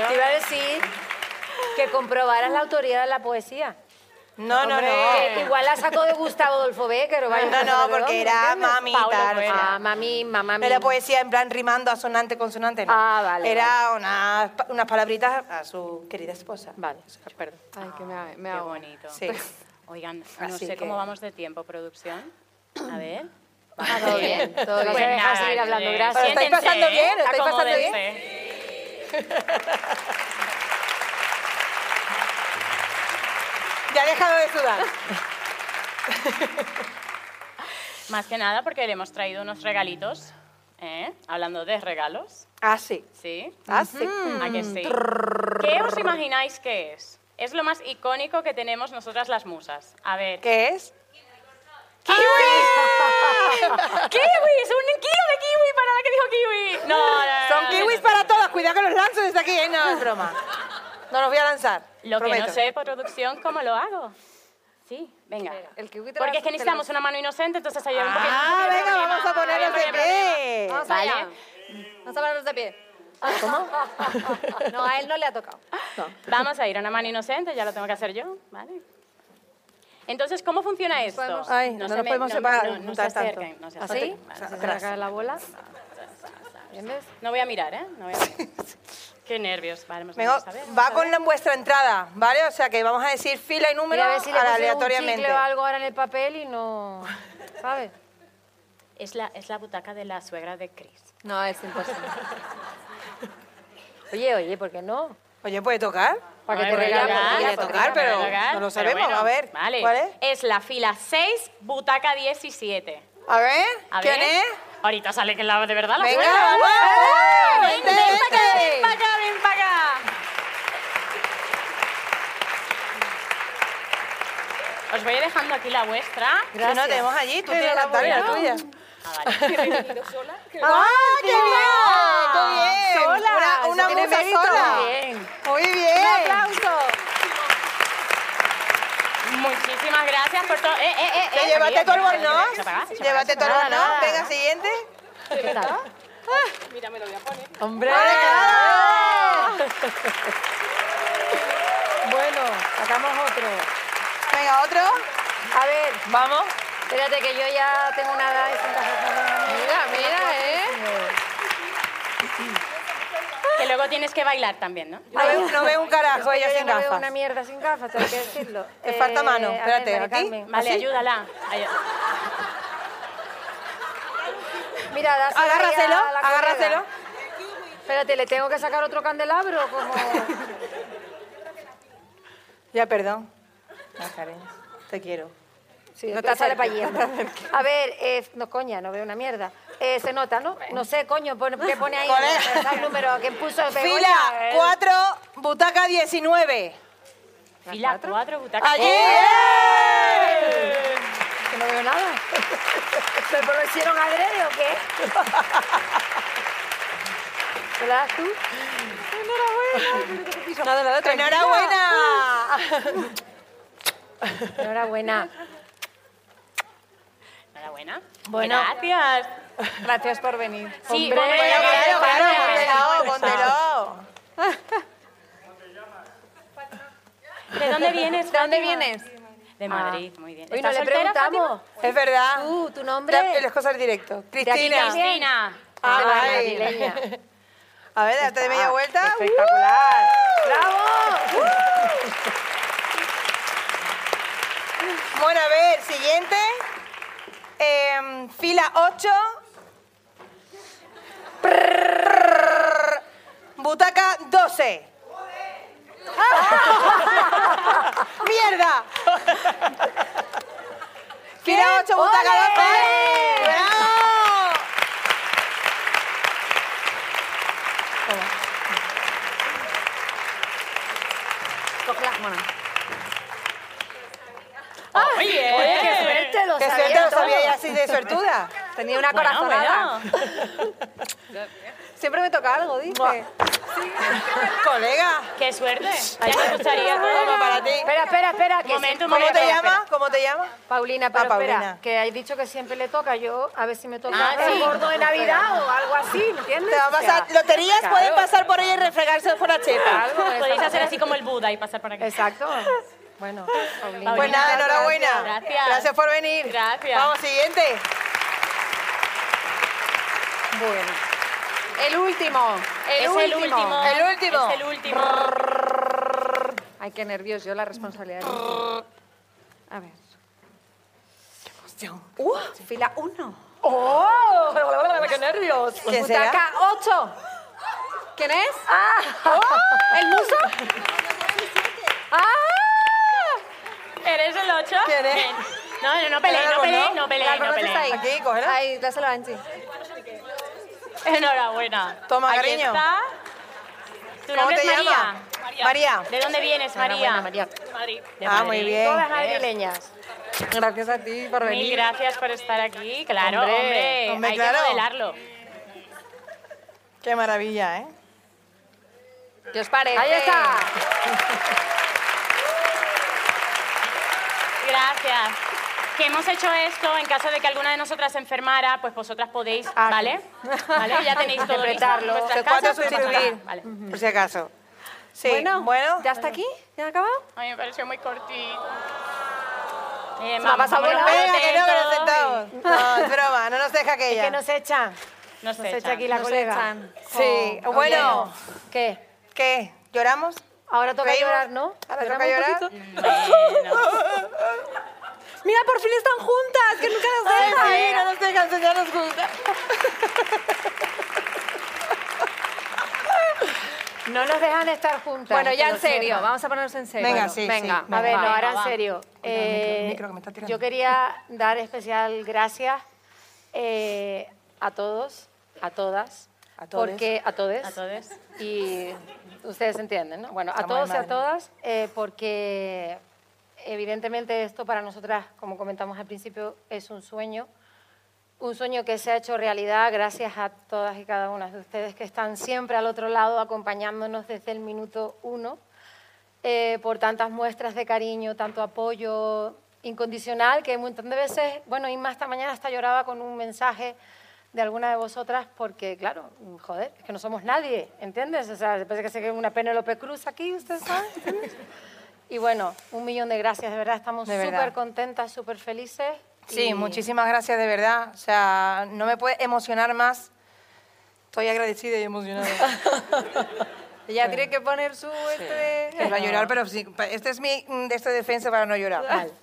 B: Te iba a decir que comprobaras la autoridad de la poesía.
E: No, no,
B: Hombre, eh,
E: no.
B: Igual la sacó de Gustavo Adolfo Becker o vaya
E: No, no,
B: saber de
E: porque
B: dónde,
E: era
B: ¿entiendes?
E: mami,
B: Paulo
E: tal,
B: Coelho.
E: o sea.
B: Ah, mami, mamá
E: No
B: mía.
E: era poesía en plan rimando asonante, consonante, no.
B: Ah, vale,
E: Era unas pa- unas palabritas a su querida esposa.
B: Vale.
E: Perdón.
C: Ay, que me, ha- me
G: Qué
C: hago.
G: bonito.
E: Sí.
G: Oigan, no
E: Así
G: sé
E: que-
G: cómo vamos de tiempo, producción. A ver.
E: Ah,
G: Pues
B: todo bien, todo bien. Se deja seguir hablando, gracias.
E: ¿Lo estáis pasando
G: eh, Siéntense,
E: bien? ¿Lo estáis pasando bien?
G: acomódense.
E: Ya he dejado de sudar.
G: Más que nada porque le hemos traído unos regalitos. ¿eh? Hablando de regalos.
E: Ah, sí.
G: ¿Sí?
E: Ah, sí.
G: ¿A que sí? ¿Qué os imagináis que es? Es lo más icónico que tenemos nosotras las musas. A ver.
E: ¿Qué es? Ah.
G: ¡Kiwis! ¡Kiwis! ¡Un kilo de kiwi para la que dijo kiwi! No, no, no,
E: Son
G: no,
E: kiwis
G: no.
E: para todas. Cuidado que los lanzo desde aquí, ¿eh? No, es broma. No los voy a lanzar.
G: Lo que
E: prometo.
G: no sé, producción, ¿cómo lo hago? Sí, venga.
C: El kiwi te lo
G: Porque
C: hace-
G: es que
C: te lo-
G: necesitamos una mano inocente, entonces ayuda un poquito.
E: Ah,
G: no tiene
E: venga,
G: problema,
E: vamos a ponernos
G: no
E: de
G: tiene problema.
E: pie.
C: Vamos
G: Vale.
C: allá. Vamos a ponernos de pie. No, a él no le ha tocado.
G: Vamos a ir a una mano inocente, ya lo tengo que hacer yo, ¿vale? Entonces, ¿cómo funciona esto?
E: podemos- Ay, no nos
G: se me-
E: podemos separar,
G: No, no, no se
E: juntar tanto. ¿Ah,
G: acerquen, no se
E: ¿Así?
G: acerquen.
E: O sea,
G: Vale.
B: Se le cae la bola. ¿Entiendes?
G: No voy a mirar, ¿eh? No voy a mirar. Qué nervios. Vale, pues vamos
E: Venga,
G: a ver.
E: va con la, vuestra entrada, ¿vale? O sea que vamos a decir fila y número
B: Mira, a ver si le pusieron un
E: aleatoriamente.
B: chicle o algo ahora en el papel y no... ¿Sabes?
G: Es la, es la butaca de la suegra de Chris.
C: No, es imposible.
B: Oye, oye, ¿por qué no?
E: Oye, ¿puede tocar?
B: Para que
E: Bueno,
B: te regalen.
E: ya,
B: ya,
E: podría
B: porque
E: tocar,
B: no
E: pero
G: Voy a tocar,
E: no lo
G: pero
E: sabemos.
G: bueno,
E: a ver,
G: vale.
E: ¿cuál es?
G: Es la fila 6, butaca 17.
E: A ver,
G: A
E: ¿quién
G: ver.
E: es?
G: Ahorita sale que la de verdad la
E: Venga,
G: suegra.
E: vamos.
G: ¡Eh!
E: Vente,
G: Ven, ven para acá,
E: vente.
G: ven para acá, ven para acá. Os voy dejando aquí la vuestra.
E: Gracias. No, no, tenemos allí, tú tienes la tabla
G: vuelta.
E: tuya.
G: Ah, vale.
E: ¡Ah, qué bien!
G: Ah,
E: ¡Qué bien!
G: sola,
E: Una-
G: eso
E: Una,
G: tiene
E: musa
G: mérito.
E: sola.
G: Muy bien.
E: Muy bien.
G: Un aplauso. Muchísimas gracias por todo. Eh, eh, eh,
E: Te
G: eh,
E: llévate tu
G: amigo, mira, mira,
E: albornoz.
G: se apaga, se apaga,
E: Llévate
G: se
E: tu
G: apaga. Nada,
E: albornoz.
G: nada.
E: Venga, siguiente. Ah.
B: ¿Qué tal?
G: Mira, me lo voy a poner.
B: ¡Hombre! bueno, sacamos otro.
E: Venga, otro.
B: A ver. Vamos. Espérate que yo ya tengo una edad y son
C: Mira, mira, ¿eh?
G: Que luego tienes que bailar también, ¿no?
E: No veo, no veo un carajo
B: Yo
E: ella
B: ya
E: sin
B: no veo
E: gafas.
B: una mierda sin gafas, hay que decirlo.
E: Te
B: Eh,
E: falta mano,
B: a ver,
E: espérate,
B: Mari
E: ¿aquí?
B: Carmen,
G: Vale,
B: ¿así?
G: ayúdala. Ay-
B: Mira, dáselo ahí a
E: Agárraselo,
B: la colega.
E: agárraselo.
B: Espérate, ¿le tengo que sacar otro candelabro? Como...
E: Ya, perdón. Ah, cariño, Te quiero.
B: Sí,
E: No
B: no
E: te
B: te sale para
E: acerques,
B: allí.
E: no te acerques.
B: A ver, eh, no, coña, no veo una mierda. Eh, se nota, ¿no? No sé, coño, pon- ¿qué pone ahí?
E: Colega.
B: Está el número que puso Begoña,
E: Fila
B: eh,
E: 4, butaca 19.
G: Fila 4, butaca.
E: ¡Allí!
B: ¡Eh!
E: ¡Eh!
B: Que no veo nada. ¿Me lo hicieron adrede o qué? ¿Te la das tú?
E: Nada, nada, tranquila. ¡Enhorabuena!
B: Enhorabuena.
G: Enhorabuena.
B: Bueno.
G: Gracias.
C: Gracias por venir.
G: Sí,
B: Hombre,
G: bueno,
B: claro,
G: gracias,
E: Claro,
G: gracias.
E: póntelo,
B: Ah.
E: póntelo.
G: ¿De dónde vienes?
C: ¿De dónde
G: Fátima?
C: vienes?
G: De Madrid, muy bien.
B: Hoy no
G: ¿Estás
B: le
G: soltera, Fátima?
B: preguntamos.
E: Es verdad.
B: Tú, Uh, tu
E: Ya,
B: nombre.
E: Las cosas directo.
B: De aquí
E: Cristina.
B: también.
G: Cristina.
E: Ay.
B: Ah, brasileña. Ah,
E: A ver, date de media vuelta. ¡Uh!
B: Espectacular. ¡Bravo!
E: Bueno, a ver, siguiente. Em, fila 8. Butaca 12. ¡Ah! ¡Mierda! Fila 8, butaca 12. ¡Bravo!
G: Oye,
B: ¡Qué suerte lo
E: ¡Qué
B: sabía
E: suerte, lo
B: todo.
E: sabía ya así de suertuda!
C: Tenía una
G: Bueno,
C: corazonada.
G: bueno.
C: Siempre me toca algo, dice.
E: Colega,
G: Qué suerte. Ya me gustaría.
E: como para ti.
B: Espera, espera, espera. Que
G: Momento,
B: siempre-
E: ¿Cómo te
B: espera,
E: llamas? ¿Cómo te llamas?
B: espera. Paulina, pero
E: Ah, Paulina.
B: espera, que has dicho que siempre le toca. Yo, a ver si me toca
G: Ah,
B: el
G: sí.
B: gordo de Navidad o algo así, ¿me entiendes?
E: Te va a
B: O sea,
E: pasar. Loterías
B: claro.
E: pueden pasar por ella y refregarse por la chepa.
B: Algo con esa
G: Podéis hacer
B: mujer.
G: así como el Buda y pasar por aquí.
B: Exacto. Bueno, Paulina.
E: Pues nada, enhorabuena.
G: Gracias.
E: Gracias por venir.
G: Gracias.
E: Vamos, siguiente.
C: Bueno. El último. El
G: es el
C: último.
G: último.
E: El último.
G: Es el último.
C: Ay, qué nervios, yo la responsabilidad. A ver. ¡Uh! Fila 1.
B: ¡Oh! ¡Qué nervios!
E: ¿Quién será? Ah.
C: Butaca 8. ¿Quién es? ¿El muso? ¡Ah!
G: ¿Eres el 8?
E: ¿Quién es?
G: No, no, no peleéis, no peleéis, no
C: ¿La
G: peleéis, no
C: conoces ahí?
G: peleéis.
E: Aquí, cógela.
C: Ahí, dáselo a Angie.
G: Enhorabuena.
E: Toma,
G: Aquí
E: cariño.
G: está. ¿Tu
E: ¿Cómo
G: nombre
E: te
G: es María?
E: llamas? María.
G: ¿De dónde vienes, María?
B: Enhorabuena, María.
G: Madrid. De
E: Ah,
G: Madrid.
E: muy bien.
B: Todas madrileñas.
C: Gracias a ti por venir.
G: Mil gracias por estar aquí. Claro,
E: Hombre,
G: hombre,
E: hombre,
G: hay
E: claro.
G: que modelarlo.
E: Qué maravilla, ¿eh?
C: ¿Qué os parece?
B: Ahí está.
G: Gracias. Que hemos hecho esto en caso de que alguna de nosotras se enfermara, pues vosotras podéis, ¿vale? ¿Vale? Ya tenéis todo listo en
B: Ah, Interpretarlo.
G: vuestras
E: Se puede
G: casas, pues,
E: sustituir,
G: Vale.
E: por si acaso. Sí, bueno.
C: Bueno, ¿ya está aquí? ¿Ya ha acabado?
G: A mí me pareció muy cortito. Eh,
B: la
G: vamos,
B: pasa
G: vámonos
B: volando.
G: al
E: Venga, que no
G: hotel,
E: nos sentamos. No, es broma, no nos deja aquella.
B: Que nos echan.
G: Nos
B: Nos echa
G: echan.
B: aquí la
C: Nos
B: colega.
C: echan.
E: Sí,
B: Oh,
E: bueno,
B: ¿Qué?
E: ¿qué? ¿Lloramos?
B: Ahora toca
E: ¿Reímos? Ah,
B: llorar, ¿no?
E: Ahora toca
B: ¿Lloramos un
E: llorar.
B: poquito?
G: Bueno.
C: Mira, por fin están juntas, que nunca nos
E: Ay,
C: dejan.
E: sí, no nos
C: dejan, enseñarnos juntas.
B: No nos dejan estar juntas.
C: Bueno, ya
B: que
C: en
B: lo
C: serio,
B: sepan.
C: vamos a ponernos en serio.
B: Bueno,
C: Bueno, venga,
B: A ver, no,
C: va,
B: ahora
C: va.
B: en serio.
C: Cuidado, el micro, el
B: eh,
C: micro que me está tirando.
B: yo quería dar especial gracias eh, a todos, a todas.
C: A todes.
B: Porque, a todos.
C: A todes.
B: Y ustedes entienden, ¿no? Bueno, a
C: Estamos de
B: todos y a
C: madre.
B: todas, eh, porque evidentemente esto para nosotras, como comentamos al principio, es un sueño. Un sueño que se ha hecho realidad gracias a todas y cada una de ustedes que están siempre al otro lado acompañándonos desde el minuto uno, eh, por tantas muestras de cariño, tanto apoyo incondicional, que un montón de veces, bueno, y más esta mañana hasta lloraba con un mensaje de alguna de vosotras porque, claro, mm, joder, es que no somos nadie, ¿entiendes? O sea, parece que se queda una Penélope Cruz aquí, ¿ustedes saben? ¿entiendes? y bueno, un millón de gracias, de verdad, estamos
E: De verdad.
B: súper contentas, súper felices.
E: Sí,
B: y-
E: muchísimas gracias de verdad. O sea, no me puede emocionar más. Estoy agradecida y emocionada.
C: Ya tiene que poner su... Este...
E: Que va a llorar, pero sí, pa- este es mi mm, de este defensa para no llorar.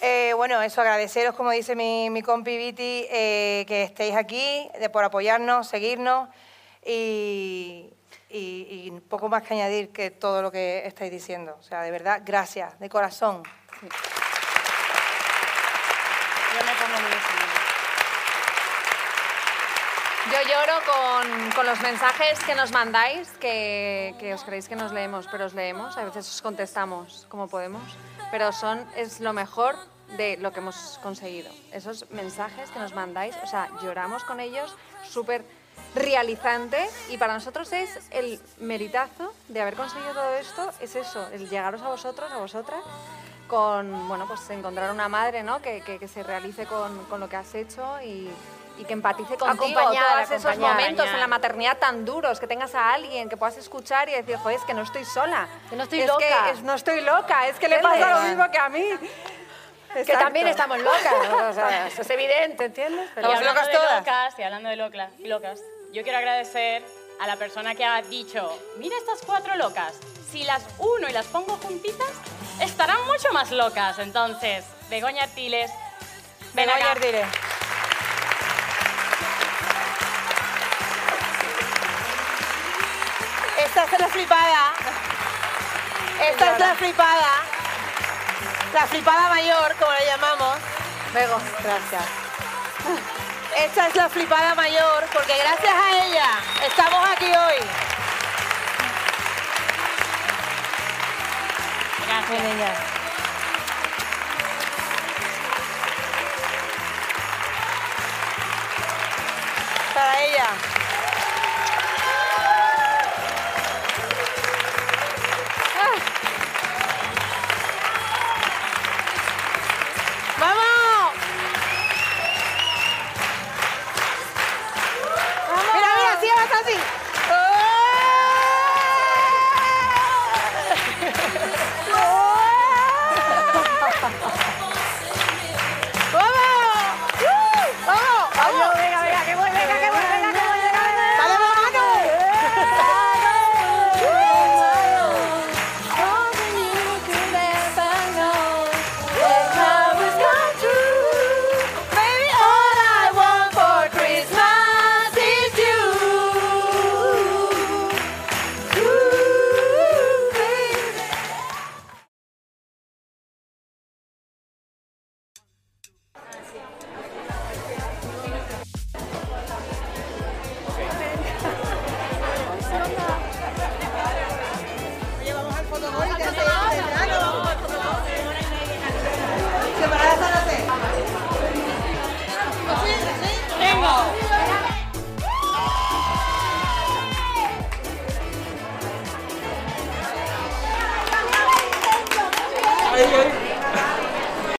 E: Eh, bueno, eso, agradeceros, como dice mi, mi compi Viti, eh, que estéis aquí, de, por apoyarnos, seguirnos y, y- y poco más que añadir que todo lo que estáis diciendo. O sea, de verdad, gracias, de corazón.
C: Yo lloro con, con los mensajes que nos mandáis, que, que os creéis que nos leemos, pero os leemos, a veces os contestamos como podemos, pero son, es lo mejor de lo que hemos conseguido. Esos mensajes que nos mandáis, o sea, lloramos con ellos, súper realizante, y para nosotros es el meritazo de haber conseguido todo esto, es eso, el llegaros a vosotros, a vosotras, con, bueno, pues encontrar una madre, ¿no? Que, que- que se realice con, con lo que has hecho y, y que empatice contigo.
B: Acompañar,
C: todos esos
B: acompañar.
C: momentos en la maternidad tan duros, que tengas a alguien que puedas escuchar y decir, joder, es que no estoy sola. Que no
B: estoy
C: es
B: loca".
C: Que, es- no estoy loca, es que le
B: ¿Entiendes?
C: pasa lo mismo que a mí.
B: Que también estamos locas, ¿no? O sea,
C: es evidente, ¿entiendes?
G: Y hablando de locas, y hablando de locla- locas, yo quiero agradecer a la persona que ha dicho, mira estas cuatro locas, si las uno y las pongo juntitas, estarán mucho más locas. Entonces, Begoña Artiles, ven
E: Begoña
G: acá.
E: Ardiles. Esta es la flipada. Esta es la flipada. La flipada mayor, como la llamamos. Luego, gracias. Esta es la flipada mayor, porque gracias a ella estamos aquí hoy.
G: Gracias.
E: Para ella. ¡Vamos! Mira, mira, sí, vas así. ¡Vamos! ¡Vamos! ¡Vamos! Venga, venga, que voy, venga, que voy, venga, que voy, venga, venga. ¡Dale la